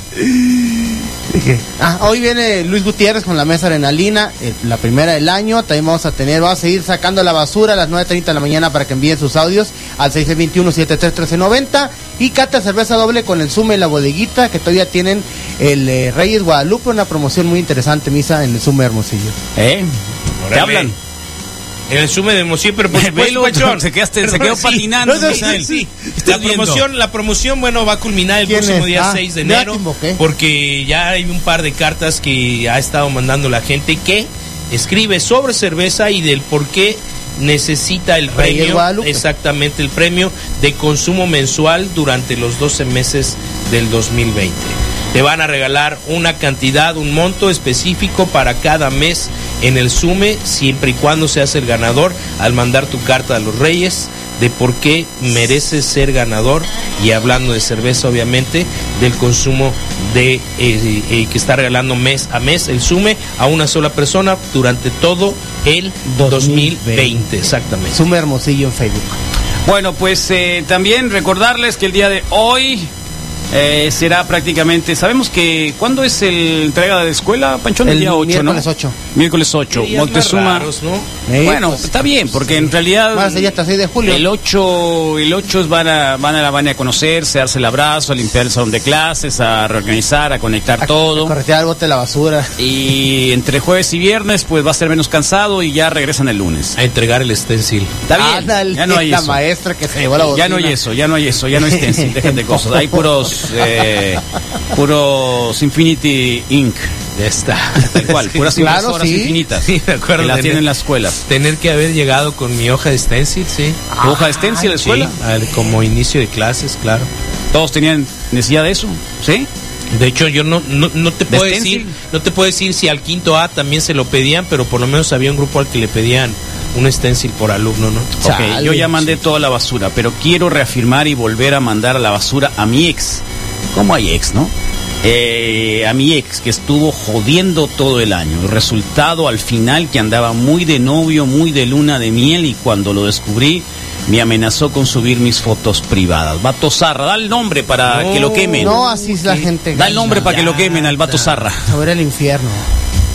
Ah, hoy viene Luis Gutiérrez con la mesa adrenalina, eh, la primera del año. También vamos a tener, vamos a seguir sacando la basura a las 9.30 de la mañana para que envíen sus audios al 621-731390. Y cata cerveza doble con el Sume y la bodeguita, que todavía tienen el eh, Reyes Guadalupe, una promoción muy interesante, misa en el Sume Hermosillo. ¿Eh? ¿Te Órale. hablan? En el sume de Mosí, pero por Ve- supuesto, velo, Pachón. se quedaste- se Perdón, quedó sí. patinando, No, no, Misael. sí, sí. ¿Qué estás La viendo? promoción, la promoción, bueno, va a culminar el ¿Quién próximo es? día Ah, 6 de ya enero. te invoqué. Porque ya hay un par de cartas que ha estado mandando la gente que escribe sobre cerveza y del por qué necesita el Reyes premio. Guadalupe. Exactamente, el premio de consumo mensual durante los 12 meses del 2020. Te van a regalar una cantidad, un monto específico para cada mes en el SUME, siempre y cuando seas el ganador, al mandar tu carta a los Reyes de por qué mereces ser ganador y hablando de cerveza obviamente del consumo de eh, eh, que está regalando mes a mes el SUME a una sola persona durante todo el 2020, 2020 exactamente. Sume Hermosillo en Facebook. Bueno, pues eh, también recordarles que el día de hoy eh, será prácticamente. Sabemos que. ¿Cuándo es el entrega de escuela, Panchón? El día 8, miércoles ¿no? 8. Miércoles 8. Días más Montezuma. raros, ¿no? Eh, bueno, pues, está bien, porque en realidad. Bueno, sería hasta 6 de julio. El 8, el 8 van a, van a, van a conocerse, a darse el abrazo, a limpiar el salón de clases, a reorganizar, a conectar A- todo. a Corretear el bote de la basura. Y entre jueves y viernes, pues va a ser menos cansado y ya regresan el lunes. A entregar el stencil. Está bien. Ándale, ya no hay la eso. maestra que se llevó la Ya no hay bocina. eso, ya no hay eso, ya no hay stencil, dejen de cosas. Hay puros, eh, puros Infinity Inc. Ya está. Tal cual, puras Claro, impresoras sí. infinitas. Sí, me acuerdo Que las de- tienen en las escuelas. Tener que haber llegado con mi hoja de stencil, sí. Ah, ¿Tu hoja de stencil en la escuela? Sí, al- como inicio de clases, claro. Todos tenían necesidad de eso, ¿sí? De hecho, yo no, no, no te ¿De puedo stencil? decir, no te puedo decir si al quinto A también se lo pedían, pero por lo menos había un grupo al que le pedían un stencil por alumno, ¿no? Ok, yo ya mandé toda la basura, pero quiero reafirmar y volver a mandar a la basura a mi ex. ¿Cómo hay ex, no? Eh, a mi ex, que estuvo jodiendo todo el año. El resultado al final que andaba muy de novio, muy de luna de miel, y cuando lo descubrí, me amenazó con subir mis fotos privadas. Vato Zarra, da el nombre para No, que lo quemen. No, así es la gente. da el nombre para que lo quemen al Vato Zarra. Sobre el infierno.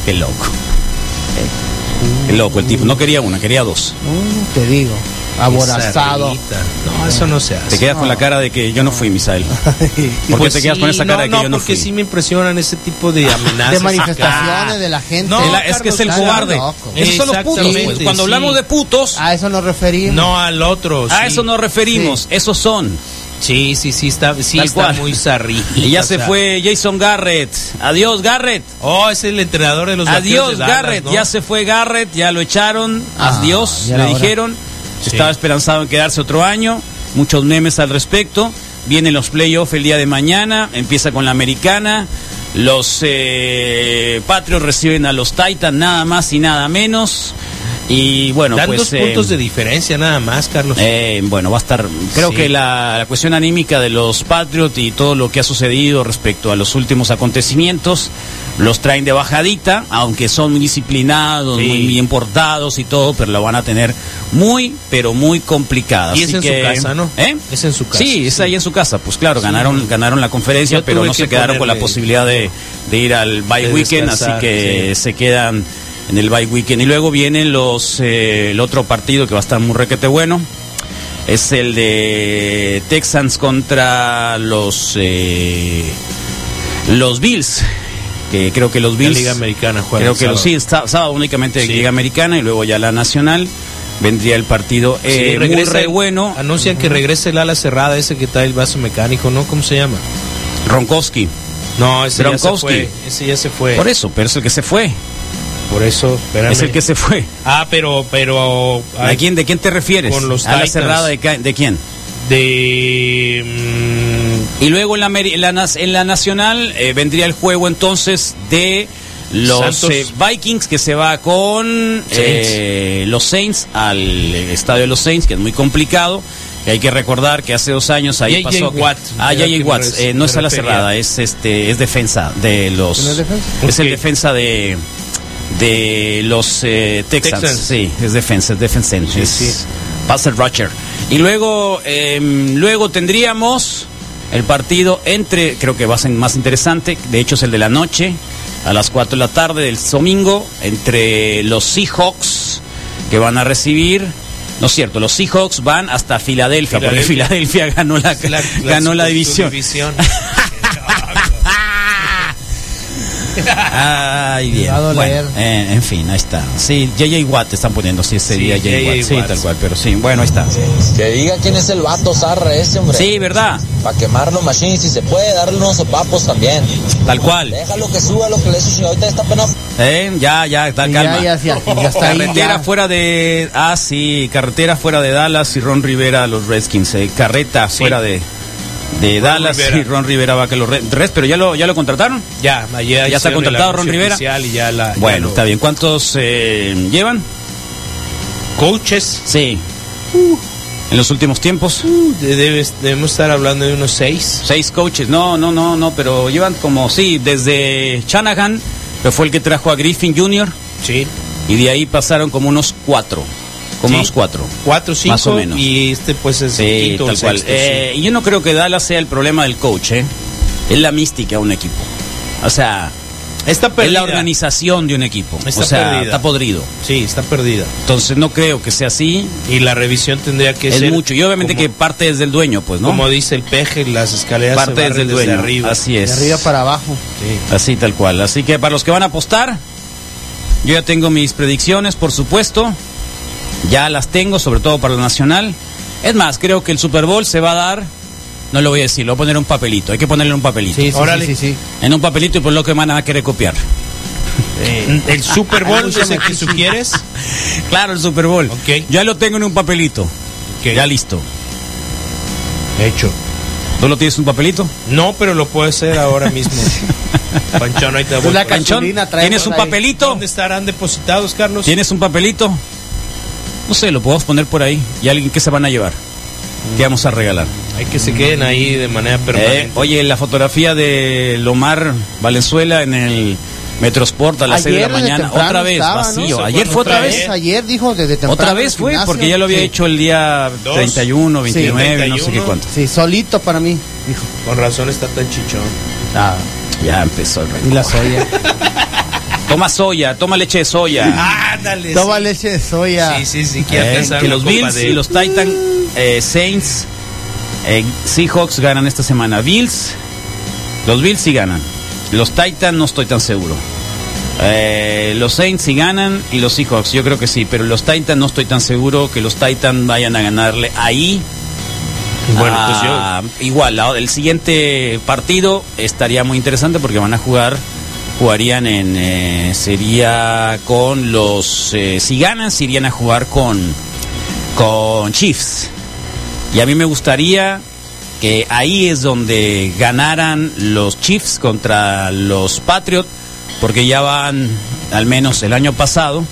Qué loco. Eh. Qué loco el tipo. No quería una, quería dos. Mm, te digo. Aborazado. Sarita. No, eso no se hace. Te quedas con la cara de que yo no fui, Misael. ¿Por qué Pues te quedas sí, con esa cara no, de que yo no porque fui? Ah, sí me impresionan ese tipo de amenazas. De acá. manifestaciones de la gente. No, Es la- es que es el Carlos, cobarde. está loco. Esos Ah, son los putos. Exactamente, pues. Cuando sí. hablamos de putos, A eso nos referimos. No al otro. a sí. eso nos referimos. Esos son. Sí, sí, sí, está, sí, Tal está cual. muy zarrita. Y ya o se sea. fue Jason Garrett. Adiós, Garrett. Oh, es el entrenador de los Vaqueros de Adiós, Dallas, Garrett. ¿no? Ya se fue Garrett. Ya lo echaron. Ah, Adiós. ya Le era hora. dijeron. Sí. Estaba esperanzado en quedarse otro año. Muchos memes al respecto. Vienen los playoffs el día de mañana. Empieza con la americana. Los eh, Patriots reciben a los Titans, nada más y nada menos. Y bueno, Dan pues. dos puntos eh, de diferencia nada más, Carlos. eh, bueno, va a estar. Creo Sí. que la, la cuestión anímica de los Patriots y todo lo que ha sucedido respecto a los últimos acontecimientos los traen de bajadita, aunque son muy disciplinados, Sí. muy bien portados y todo, pero la van a tener muy, pero muy complicada. y es Así en que- su casa, ¿no? ¿Eh? Es en su casa. Sí, es ahí en su casa. Pues claro, Sí. ganaron ganaron la conferencia, Yo pero tuve no que se quedaron con la ponerle- posibilidad de, de ir al bye De weekend, así descansar, que sí. se quedan en el bye weekend. Y luego vienen los eh, el otro partido que va a estar muy requete bueno. Es el de Texans contra los eh, los Bills. Que creo que los La Bills. Liga Americana juega. Creo el que los sábado. sí, está- sábado únicamente de Sí. Liga Americana y luego ya la Nacional. Vendría el partido Sí, eh, muy regresa- re bueno. Anuncian que regrese el ala cerrada, ese que trae el vaso mecánico, ¿no? ¿Cómo se llama? Ronkowski. No, ese Gronkowski. ya se fue. Ese ya se fue. Por eso, pero es el que se fue. Por eso, espérame. Es el que se fue. Ah, pero, pero. ¿A quién, ¿De quién te refieres? Con los ¿A la Titans. cerrada de, ca- de quién? De. mm, Y luego en la, meri- en la, nas- en la nacional eh, vendría el juego entonces de los Santos. eh, Vikings que se va con eh, los Saints al eh, estadio de los Saints, que es muy complicado. Que hay que recordar que hace dos años ahí J.J. pasó. que- Watt. ah, Era J.J. que Watt. me eh, no re- es me a la refería. cerrada, es, este, es defensa de los. ¿No es defensa? es el Ok. defensa de. De los eh, Texans. Texans. Sí, es defensa, es defensa. es sí. Russell Roger. Y luego, em, luego tendríamos el partido entre, creo que va a ser más interesante, de hecho es el de la noche, a las 4 de la tarde del domingo, entre los Seahawks que van a recibir. No es cierto, los Seahawks van hasta Filadelfia, porque Filadelfia ganó la, ganó la su- su división. Ah. Ay, bien. Va a doler. Bueno, eh, en fin, ahí está. Sí, JJ Watt están poniendo, sí, ese Sí, día JJ Watt. J.J. Sí, Watt. tal cual, pero sí, bueno, ahí está. Que diga quién es el vato zarra ese, hombre. Sí, ¿verdad? Para quemarlo, machín. Si se puede, darle unos sopapos también. Tal cual. Déjalo que suba lo que le hizo chingado. Ahorita está pena. Eh, ya, ya, está Sí, calma. ya, ya, sí, ya está ahí, carretera ya. fuera de. Ah, sí, carretera fuera de Dallas y Ron Rivera a los Redskins. eh, carreta fuera de, de Dallas Rivera. y Ron Rivera va que los Red- Reds, pero ya lo, ya lo contrataron. Ya, ayer ¿Ya está hicieron el contratado anuncio Ron Rivera? oficial y ya la- Ah, ya bueno, lo- está bien. ¿Cuántos eh, llevan? Coaches, Sí. En los últimos tiempos. uh, de- debes- debemos estar hablando de unos seis. Seis coaches. No, no, no, no, pero llevan como, sí, desde Shanahan, que fue el que trajo a Griffin Jr., Sí. y de ahí pasaron como unos cuatro. Como Sí. unos cuatro. Cuatro, cinco. Más o menos. Y este, pues, es el Sí, quinto o tal cual. sexto, sí. Eh, y Yo no creo que Dallas sea el problema del coach, ¿eh? Es la mística de un equipo. O sea, Está es la perdida. organización de un equipo. Está o sea, perdida. está podrido. Sí, está perdida. Entonces no creo que sea así. Y la revisión tendría que Es ser. mucho. Y obviamente como- que parte desde el dueño, pues, ¿no? Como dice el peje, las escaleras parte se barren desde el desde dueño. arriba. Así De es. arriba para abajo. Sí. Así tal cual. Así que para los que van a apostar, yo ya tengo mis predicciones, por supuesto. Ya las tengo, sobre todo para la nacional. Es más, creo que el Super Bowl se va a dar. No lo voy a decir, lo voy a poner en un papelito. Hay que ponerle en un papelito. Sí, sí, Órale. sí, sí, sí. En un papelito y por lo que van a querer copiar. El Super Bowl, Anúnciame ese que aquí. sugieres. Claro, el Super Bowl. Ok. Ya lo tengo en un papelito. Ya listo. Hecho. ¿Tú lo tienes en un papelito? No, pero lo puede hacer ahora mismo. Panchón, ahí te voy. Pues la por- Panchón, canción. Gasolina, trae ¿tienes por un ahí. papelito? ¿Dónde estarán depositados, Carlos? ¿Tienes un papelito? No sé, lo podemos poner por ahí. ¿Y alguien que se van a llevar? ¿Qué vamos a regalar? Hay que se queden ahí de manera Mm. Eh, permanente. oye, la fotografía de Lomar Valenzuela en el Metrosport a las 6 de la desde mañana. temprano Otra vez, estaba, ¿no? vacío. Se Ayer fue otra otra vez. vez. Ayer dijo desde temprano. Otra en el vez fue, gimnasio. porque ya lo había Sí. hecho el día Dos. 31, 29, no sé qué 31. cuánto. Sí, solito para mí, dijo. Con razón está tan chichón. Ah, Ya empezó el Y rencor. la soya. Toma soya, toma leche de Ah, soya. Ándale. Toma leche de soya. Sí, sí, sí. Eh, que los Bills y los Titan eh, Saints eh, Seahawks ganan esta semana. Bills, los Bills sí ganan. Los Titan no estoy tan seguro. Eh, los Saints sí ganan y los Seahawks yo creo que sí, pero los Titan no estoy tan seguro que los Titan vayan a ganarle ahí. Bueno, pues yo. Ah, igual la- el siguiente partido estaría muy interesante porque van a jugar jugarían en eh, sería con los eh, si ganan se irían a jugar con con Chiefs y a mí me gustaría que ahí es donde ganaran los Chiefs contra los Patriots porque ya van al menos el año pasado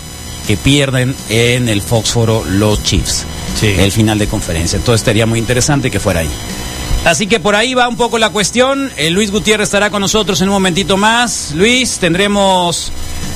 que pierden en el Foxboro los Chiefs. El final de conferencia. Entonces estaría muy interesante que fuera ahí. Así que por ahí va un poco la cuestión. Eh, Luis Gutiérrez estará con nosotros en un momentito más. Luis, tendremos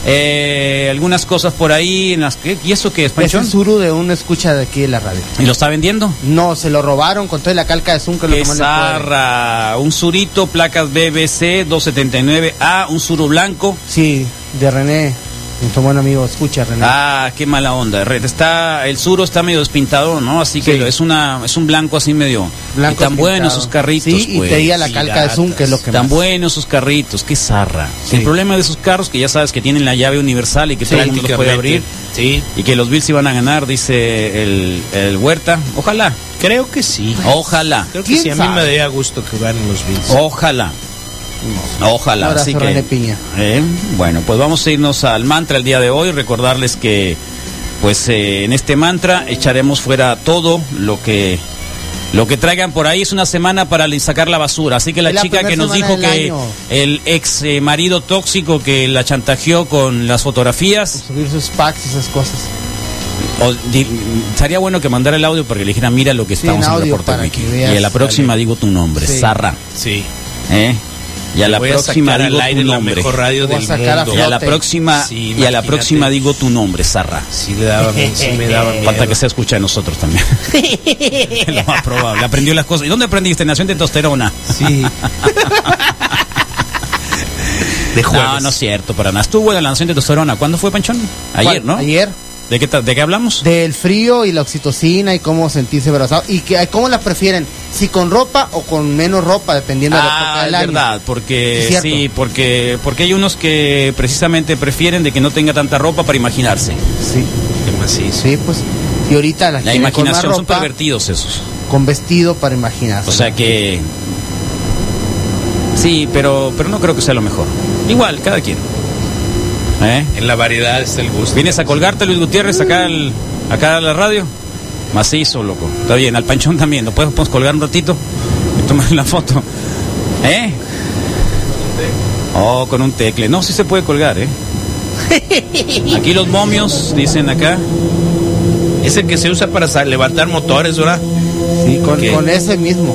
eh, algunas cosas por ahí. En las que, ¿Y eso qué es, Es Panchón? el suru de una escucha de aquí de la radio. ¿Y lo está vendiendo? No, se lo robaron con toda la calca de Zoom que lo Qué toman en el cuadro. zarra. Un surito, placas BBC 279A, un suru blanco. Sí, de René, nuestro buen amigo. Escucha, René. Ah, qué mala onda. Red, Está, el suro está medio despintado, ¿no? Así que es una, es un blanco así medio. Blanco y tan despintado. buenos sus carritos. Sí, y pues. traía la calca de Zoom, que es lo que Tan más. buenos sus carritos, qué zarra. Sí. El problema de esos carros que ya sabes que tienen la llave universal y que Sí, todo el mundo los puede prácticamente. abrir. Y que los Bills iban a ganar, dice el, el Huerta. Ojalá. Pues. Creo que sí. Ojalá. Creo que sí, a mí me daría gusto que ganen los Bills. Oh, Ojalá. Ojalá. Abrazo, Así que, René Piña. eh, bueno, pues vamos a irnos al mantra el día de hoy. Recordarles que, pues eh, en este mantra echaremos fuera todo lo que lo que traigan por ahí. Es una semana para li- sacar la basura. Así que la, Es la chica primera que nos semana dijo del que año. el ex eh, marido tóxico que la chantajeó con las fotografías. Subir sus packs y esas cosas. o di- estaría bueno que mandara el audio porque le dijera, mira lo que Sí, estamos en en el audio reporte para Wiki". que Y veas. a la próxima digo tu nombre, Sí. Zarra. Sí. ¿eh? Y a la Voy a próxima sacar al digo aire tu la nombre. mejor radio Voy a del sacar a mundo. y a la flote. próxima Sí, y a la imagínate. próxima digo tu nombre, Sarra. Eh, Sí, le daba- sí me daba miedo. Falta que se escuche a nosotros también. Lo más probable. Aprendió las cosas. ¿Y dónde aprendiste? Nación de Tosterona. Sí. no, no es cierto, para nada. Estuvo en la Nación de Tosterona. ¿Cuándo fue, Panchón? Ayer, ¿Cuál? ¿no? Ayer. ¿De qué, ta- de qué hablamos? Del frío y la oxitocina y cómo sentirse abrazado. Y que, cómo la prefieren, si con ropa o con menos ropa, dependiendo de la Ah, época es del año. verdad, porque Sí, sí, cierto. porque porque hay unos que precisamente prefieren de que no tenga tanta ropa para imaginarse. Sí. Qué macizo. Sí, pues. Y ahorita la, La gente con más imaginación son ropa, pervertidos esos. con vestido para imaginarse. O sea que. Sí, pero, pero no creo que sea lo mejor. Igual, cada quien. ¿Eh? En la variedad está el gusto. ¿Vienes a colgarte, Luis Gutiérrez, acá, al, acá a la radio? Macizo, loco. Está bien, al panchón también. ¿Lo puedes, puedes colgar un ratito? Y tomar la foto. ¿Eh? Oh, con un tecle. No, sí se puede colgar, ¿eh? Aquí los momios, dicen acá. Es el que se usa para sa- levantar motores, ¿verdad? Sí, con, que- con ese mismo.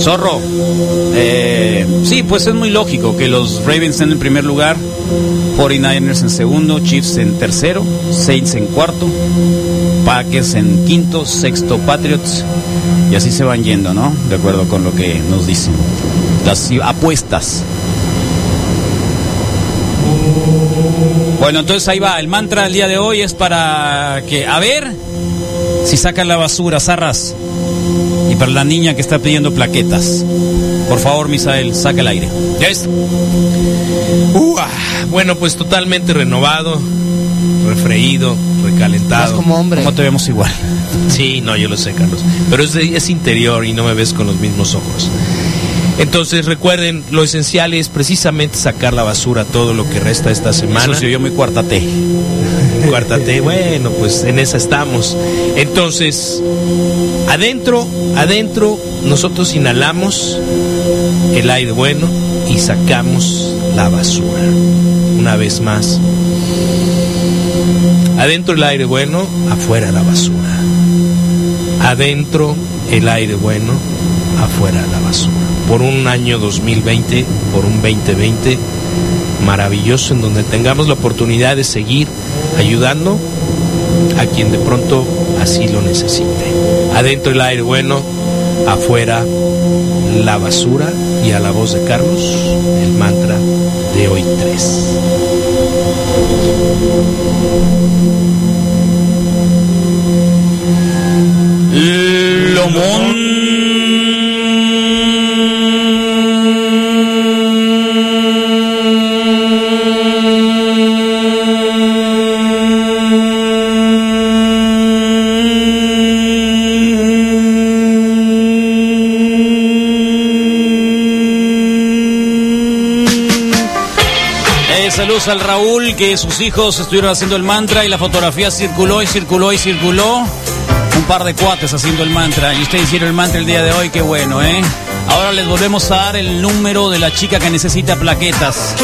Zorro. Eh, sí, pues es muy lógico que los Ravens estén en primer lugar, 49ers en segundo, Chiefs en tercero, Saints en cuarto, Packers en quinto, sexto Patriots. Y así se van yendo, ¿no? De acuerdo con lo que nos dicen. Las i- apuestas. Bueno, entonces ahí va. El mantra del día de hoy es para que, a ver, si sacan la basura, zarras. Y para la niña que está pidiendo plaquetas. Por favor, Misael, saca el aire. Ya está. Uh, ah, bueno, pues totalmente renovado, refreído, Más recalentado. como hombre. ¿Cómo te vemos igual? Sí, no, yo lo sé, Carlos. Pero es, de- es interior y no me ves con los mismos ojos. Entonces recuerden, lo esencial es precisamente sacar la basura todo lo que resta esta semana. Eso se oyó muy cuarta T. Cuarta T, bueno, pues en esa estamos. Entonces, adentro, adentro, nosotros inhalamos el aire bueno y sacamos la basura. Una vez más. Adentro el aire bueno, afuera la basura. Adentro el aire bueno, afuera la basura. Por un año 2020, por un 2020 maravilloso en donde tengamos la oportunidad de seguir ayudando a quien de pronto así lo necesite. Adentro el aire bueno, afuera la basura y a la voz de Carlos el mantra de hoy 3. Eh, saludos al Raúl, que sus hijos estuvieron haciendo el mantra y la fotografía circuló y circuló y circuló. Un par de cuates haciendo el mantra. Y ustedes hicieron el mantra el día de hoy, qué bueno, ¿eh? Ahora les volvemos a dar el número de la chica que necesita plaquetas.